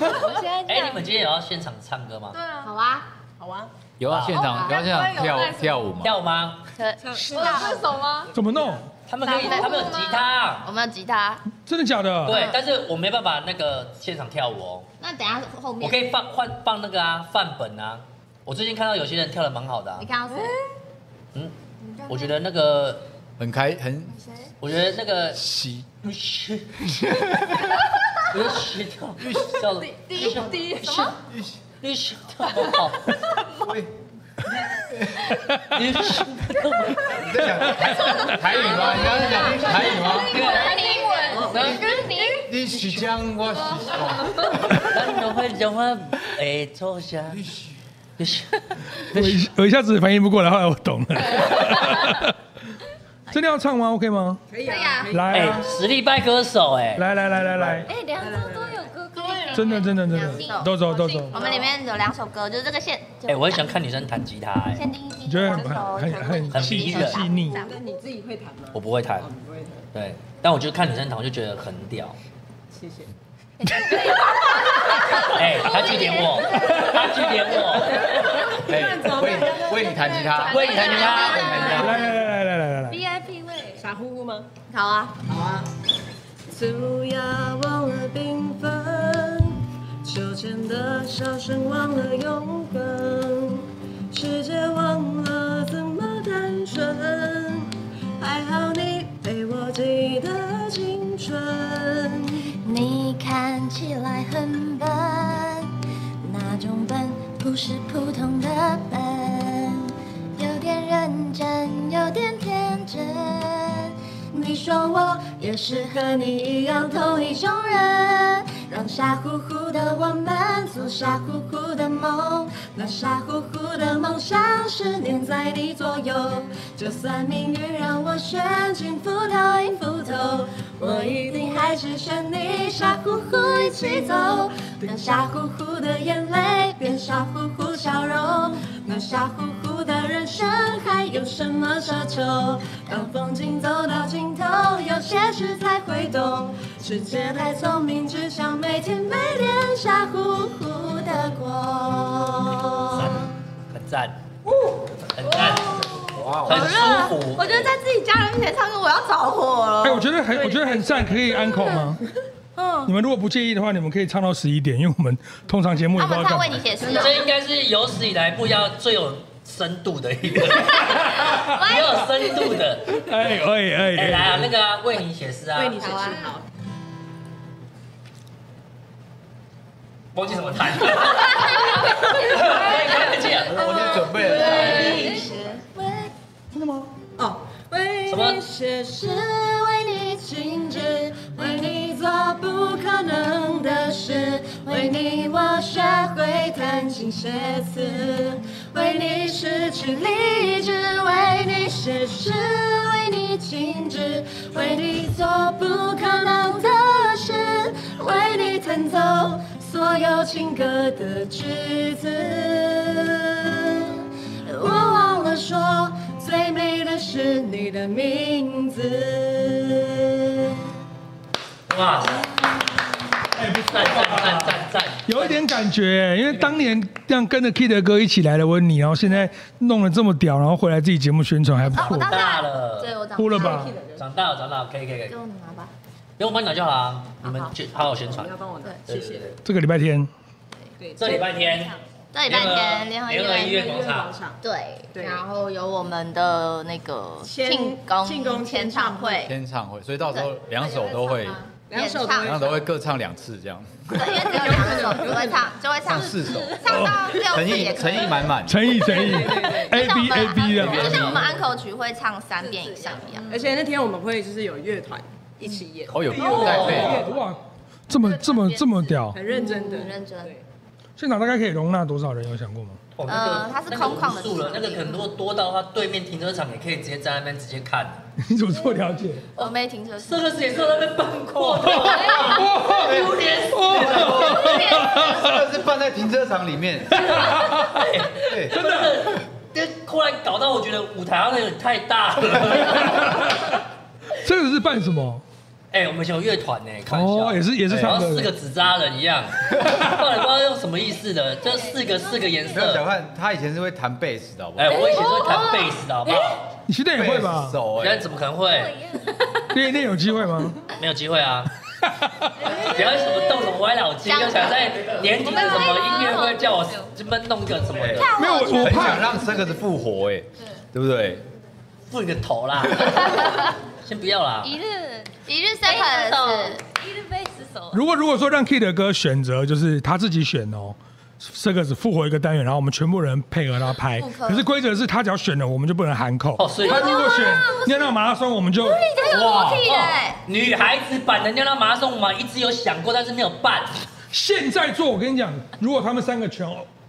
S3: 哎、你们今天有要现场唱歌吗？
S6: 好啊，
S1: 有啊，现场，有啊，现场跳跳
S3: [LAUGHS]
S1: 舞嘛。
S3: 跳吗？
S6: 是啊，
S4: 哦怎么弄？
S3: 他们可以，他们有吉他。啊
S6: 我们有吉他。
S4: 真的假的？
S3: 对，但是我没办法那个现场跳舞哦，
S6: 那等一下后
S3: 我
S6: 面
S3: 可以放换放那个啊范本啊，我最近看到有些人跳的蛮好的、啊
S6: 你，看
S8: 嗯
S6: 到谁？
S3: 我觉得那个
S1: 很开很
S3: 我觉得那个 [LAUGHS]
S1: 喜，
S3: 不是，不是虚跳，叫什么？
S6: 第一第一什么？
S3: 那个虚跳很好， [LAUGHS] 那个虚跳很好，
S1: 你在讲台语吗？你刚刚在讲台语吗？
S6: 英文。 [LAUGHS]
S1: 你是讲我是
S3: 咱都会讲话，哎，坐下，
S4: 我一我一下子反应不过来，后来我懂
S6: [LAUGHS]
S4: 了。真的要唱吗？OK 吗？
S8: 可以
S6: 对呀
S8: 可以
S4: 来
S3: 哎
S4: 啊，
S3: 实力派歌手，哎，
S4: 来来来来来，
S5: 哎，两周都有歌可以
S4: 真的真的真
S6: 两
S4: 的，
S6: 首
S4: 都走都走。
S6: 我们里面有两首歌，就是这个线。
S3: 哎，我很喜欢看女生弹吉他，哎，
S6: 限定一
S4: 你觉得很很很细很细腻？
S8: 那你自己会弹吗？
S3: 我不会弹，
S8: 哦，你不会弹，
S3: 对，但我就看女生弹，我就觉得很屌，
S8: 谢谢。
S3: [LAUGHS] 哎，他据点我，他据点我，
S1: 哎，为为你弹吉他，
S3: 为你弹吉
S4: 来
S3: 他，
S4: 来来来来来来，
S5: ，VIP 位，
S8: 傻乎乎吗？
S6: 好啊，
S8: 树呀，忘了缤纷，秋千的笑声忘了永恒，世界忘了怎么单纯，还好你陪我记得青春。
S5: 你看起来很笨，那种笨不是普通的笨，有点认真，有点天真。你说我也是和你一样同一种人，让傻乎乎的我们做傻乎乎的梦，那傻乎乎的梦像是粘在你左右。就算命运让我选进斧头硬斧头，我一定还是选你傻乎乎一起走。那傻乎乎的眼泪变傻乎乎笑容，那傻乎乎的人生还有什么奢求？当风景走到尽头，有些事才会懂。世界太聪明，只想每天每天傻乎乎的过。
S3: 很赞，很赞，很舒服。
S6: 啊我觉得在自己家人面前唱歌，我要着火了。
S4: 哎，我觉得很，我觉得很赞，可以安口吗？
S6: 嗯
S4: 你们如果不介意的话，你们可以唱到十一点，因为我们通常节目也
S6: 他
S4: 不知
S6: 们
S4: 道
S6: 在
S4: 干嘛
S6: 为你。写诗哦，
S3: 这应该是有史以来不要最有深度的
S6: [LAUGHS]
S3: 一个，也有深度的。
S4: 哎哎哎
S3: 哎，
S4: 哎，
S3: 来啊，那个啊为你写诗啊，
S8: 为你写
S6: 好啊
S8: 诗好。
S3: 忘记怎么弹。 [LAUGHS] 忘记了
S1: 我就准备了。
S8: 哦，为
S3: 什么
S8: 你写诗，
S5: 是为你静止，为你做不可能的事，为你我学会弹琴写词，为你失去理智，为你写诗，为你静止，为你做不可能的事，为你弹奏所有情歌的句子。我忘了说，最美的是你的名字。
S3: 哇！赞赞赞赞赞！
S4: 有一点感觉，因为当年这样跟着 Kid 哥一起来的温妮，然后现在弄得这么屌，然后回来自己节目宣传还不
S6: 啊我
S4: 错，
S6: 到
S3: 大了
S6: 对我长
S4: 哭了吧？
S3: 长大了，长大了，可以可以可以
S6: 给，我拿吧。
S3: 不用帮你拿就好啊，你们去好好宣传
S8: 你要。帮我拿，
S3: 对对
S8: 谢谢。
S3: 对，
S4: 这个礼拜天，
S8: 对，
S3: 这礼拜天，
S6: 这礼拜天联
S3: 联
S6: 合
S3: 合
S6: 医
S3: 医
S6: 院
S3: 院广场，
S8: 场
S6: 对，
S8: 对
S6: 然后有我们的那个
S8: 签
S6: 庆功
S8: 庆功
S6: 签
S8: 签
S6: 唱
S8: 唱
S6: 会，
S1: 天唱会，所以到时候两首都会，
S8: 两首
S6: 演唱
S8: 歌
S1: 两首都会各唱两次这
S3: [LAUGHS]
S1: 样，
S6: 对，因为只有两首，只会唱，就会
S1: 唱
S6: 唱
S1: 四首，
S6: 唱到六
S3: 哦
S1: 诚
S6: 次
S1: 意
S6: 也可
S1: 诚
S6: 以。
S1: 意满满。
S4: 诚意诚意，A
S6: 就像我
S4: B
S6: 们
S4: A B 啊的，
S6: 就像我们安口曲会唱三遍以上一样。
S8: 而且那天我们会就是有乐团一起
S3: 嗯
S8: 演，
S1: 哦，有在配，
S4: 哇，这么这么这么屌，
S8: 很认真的，
S6: 很认真
S8: 对
S4: 现场大概可以容纳多少人？有想过吗？
S3: 哦
S6: 呃它是空旷的
S3: 那个无数了，
S6: 地
S3: 那
S6: 方
S3: 个可能如果多到的话，对面停车场也可以直接在那边直接看。
S4: 你怎么这么了
S3: [LAUGHS]
S4: 解？
S6: 我没停车，
S3: 这个是也是在那边办过的，五年
S1: 真的是放在停车场里 [LAUGHS] 面。对，
S3: 哎真的，这突然搞到我觉得舞台好像有点太大
S4: [LAUGHS]
S3: 了。
S4: 这个是办什么？
S3: 哎，我们以前有乐团呢，看一下
S4: 哦，也是也是
S3: 好像
S4: 唱歌
S3: 哎四个
S4: 的，
S3: 纸扎人一样，不然不知道用什么意思的，这四个四个颜
S1: 不要小
S3: 色。
S1: 看他以前是会弹贝斯的，好不好
S3: 哎，？我以前是会弹贝斯的，好不好？
S4: 你现在也会吧
S1: 贝斯？手
S3: 现
S1: 哎，
S3: 在怎么可能会？
S4: 练练有机会吗？
S3: 没有机会啊！
S4: 哎
S3: 不要什么动什么歪脑筋，又想在年底的什么音乐会叫我这么弄个什么的，
S4: 没有，我我
S1: 很
S4: 怕
S1: 想让这个是复活哎，对不对？
S3: 付你个头啦！先不要啦，
S7: 一日
S6: 一日三盆是
S7: 一日被死守，
S4: 如果如果说让 Kid 哥选择，就是他自己选哦，这个只复活一个单元，然后我们全部人配合他拍。可是规则是他只要选了，我们就不能喊口。
S3: 哦所以
S4: 他如果选尿尿马拉松，我们就
S6: 裸体
S3: 哦
S6: 耶，
S3: 女孩子版的尿尿马拉松，我们一直有想过，但是没有办。
S4: 现在做。我跟你讲，如果他们三个全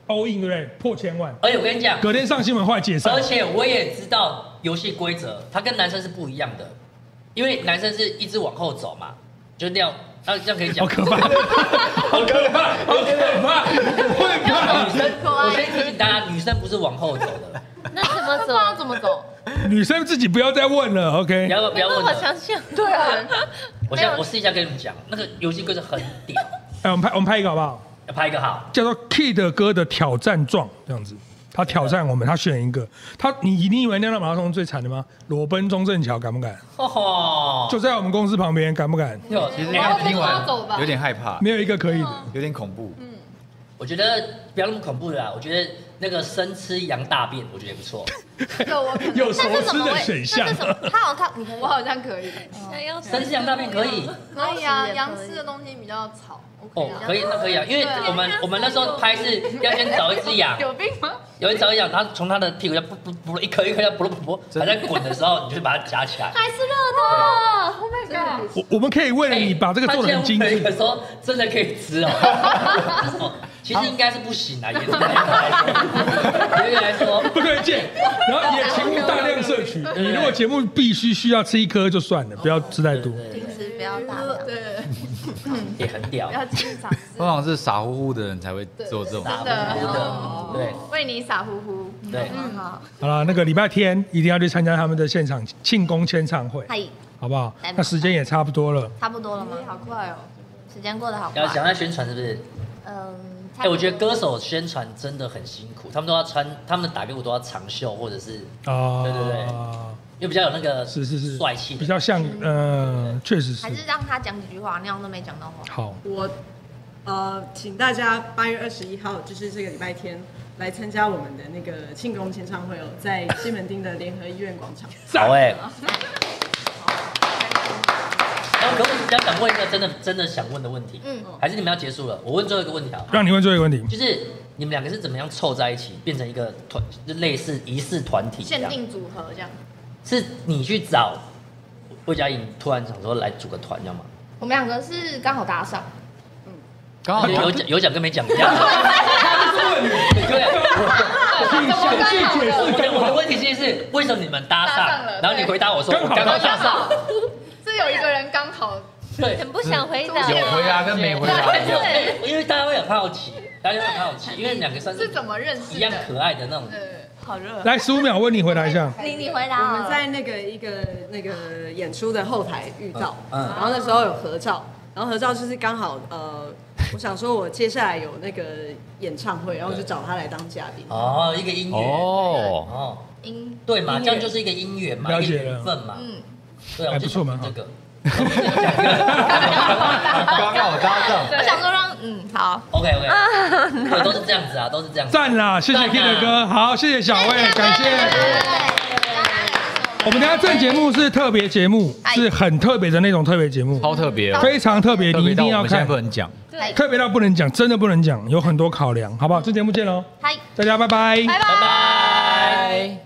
S4: all in，对不对？破千万，
S3: 而且我跟你讲，
S4: 隔天上新闻，后来解散
S3: 而。且我也知道游戏规则，它跟男生是不一样的，因为男生是一直往后走嘛，就尿，那这样可以
S4: [LAUGHS] 好
S3: 讲。
S4: 可怕，好可怕，好可怕，会
S3: 女
S4: 怕。
S3: 生，我先提醒大家，女生不是往后走的，
S7: 那怎么走？
S2: 怎么走？
S4: 女生自己不要再问了
S3: 不
S4: ，OK？
S3: 要不要问
S7: 好
S3: 了。
S7: 想想，对啊，
S3: 我
S6: 没
S3: 先
S6: 有
S3: 我试一下跟你们讲，那个游戏规则很屌，
S4: 哎，我们拍我们拍一个好不好？
S3: 要拍一个好。
S4: 叫做 Kid 哥的挑战状这样子。他挑战我们，他选一个，他你一定以为尿尿马拉松最惨的吗？裸奔中正桥敢不敢？
S6: 哦
S3: 吼吼，
S4: 就在我们公司旁边，敢不敢？
S3: 就
S1: 其实
S3: 哎
S1: 刚
S2: 要
S1: 刚听
S2: 我要走吧
S1: 完有点害怕，
S4: 没有一个可以
S6: 哦
S4: 的。
S1: 有点恐怖。
S3: 我觉得不要那么恐怖的啦，我觉得那个生吃羊大便，我觉得也不
S4: [LAUGHS]
S3: 错。
S4: 有
S6: 那
S4: 熟
S6: 是什
S4: 知
S6: 么
S4: 的
S6: 味？
S4: 选项
S6: 那是什么？他好像你可以
S2: 我好像可以，
S7: 想要
S3: 生吃羊大便可以，
S2: 可以
S6: 可
S2: 啊，
S6: 以
S2: 羊吃的东西比较吵，我
S3: 哦，可以，那可以啊，因为我们我们那时候拍是要先找一只羊，
S2: 有病吗？
S3: 有人找一羊，它从它的屁股要噗噗噗一颗一颗要噗噜噗噗，它在滚的时候，你就把它夹起来。
S6: 还是热的。
S2: Oh my god！
S4: 我我们可以为了你把这个做的很精
S6: 哎
S4: 致，
S3: 有时候真的可以吃哦。哦 [LAUGHS] 其实应该是不行啊，严格来说，严格来说，
S4: [LAUGHS] 不推荐。然后也请勿大量摄取。你如果节目必须需要吃一颗就算
S6: 哦
S4: 了，不要吃太多。
S6: 平时不要打。
S7: 对，
S3: 也很屌
S7: 不，要进场
S1: 通常是傻乎乎的人才会做这种。
S3: 打不
S7: 的
S3: 服
S7: 哦
S3: 的，
S7: 为你傻乎乎。
S3: 对对。
S2: 嗯
S7: 好，
S4: 好了，那个礼拜天一定要去参加他们的现场庆功签唱会，
S6: 嗨，
S4: 好不好？那时间也差不多了，
S6: 差不多了吗？
S7: 好快哦。
S6: 时间过得好
S3: 要想
S6: 快。
S3: 要宣传是不是？
S6: 嗯，
S3: 哎、我觉得歌手宣传真的很辛苦，他们都要穿，他们的打歌舞都要长袖，或者是
S4: 啊，
S3: 对对对又比较有那个
S4: 是是是，
S3: 帅气的，
S4: 比较像，呃，确实是
S6: 还。是让他讲几句话，那样都没讲到话。
S4: 好，
S8: 我呃，请大家八月二十一号，就是这个礼拜天，来参加我们的那个庆功签唱会哦，在西门町的联合医院广场。
S3: 好哎、然后可我比较想问一个真的真的想问的问题，嗯，还是你们要结束了？我问最后一个问题好了，
S4: 让你问最后一个问题。
S3: 就是你们两个是怎么样凑在一起，变成一个团，就类似仪式团体这
S7: 限
S3: 样？
S7: 定组合这样。
S3: 是你去找魏佳颖，突然想说来组个团，这样吗？
S6: 我们两个是刚好搭上，
S1: 刚好
S3: 有有讲有讲跟没讲一样。对，
S4: 请详细解释
S3: 我的我的问题其实是为什么你们搭
S2: 搭上
S3: 上
S2: 了，
S3: 然后你回答我说
S4: 刚
S3: 我
S4: 好
S3: 刚刚
S4: 搭
S3: 搭上，
S2: 是有一个人刚好
S3: 对，
S6: 很不想回答
S1: 有回答跟没回答 [LAUGHS] 一样。
S3: 因为大家会很好奇，大家会很好奇，因为两个算
S2: 是
S3: 是
S2: 怎么认
S3: 一
S2: 识
S3: 样
S2: 的？
S3: 可爱的那种。
S2: 呃，
S7: 好热。
S4: 来，十五秒问你回答一下。
S6: 你你回答
S3: 啊
S8: 我
S6: 好
S8: 们
S6: 了。
S8: 在那个一个那个演出的后台遇到，
S3: 嗯嗯
S8: 然后那时候有合照，然后合照就是刚好呃，我想说我接下来有那个演唱会，然后就找他来当嘉宾。
S3: 哦，一个音乐
S1: 哦，
S3: 哦，
S6: 音
S3: 对嘛，
S8: 音乐
S3: 这样就是一个姻缘嘛，
S4: 了
S3: 一个
S4: 解了
S3: 缘分嘛，
S6: 嗯，
S3: 对啊，
S4: 还不错蛮好
S3: 这个。 [LAUGHS]
S1: 刚好搭上。
S6: 我想说让嗯好，
S3: OK OK，对，都是这样子啊，都是这样子。
S4: 赞啦，谢谢
S3: 赞啊
S4: Kid 的哥，好，谢谢小魏，感谢。我们等一下这节目是特别节目，是很特别的那种特别节目，
S1: 超特别哦，
S4: 非常特别，
S1: 特
S4: 你
S1: 别
S4: 一
S1: 到
S4: 定
S1: 我
S4: 要
S1: 们现在
S4: 看
S1: 不，能讲。
S4: 特别到不能讲，真的不能讲，有很多考量，好不好？这节目见喽，
S6: 嗨，
S4: 大家拜拜。
S6: 拜拜。
S3: 拜拜。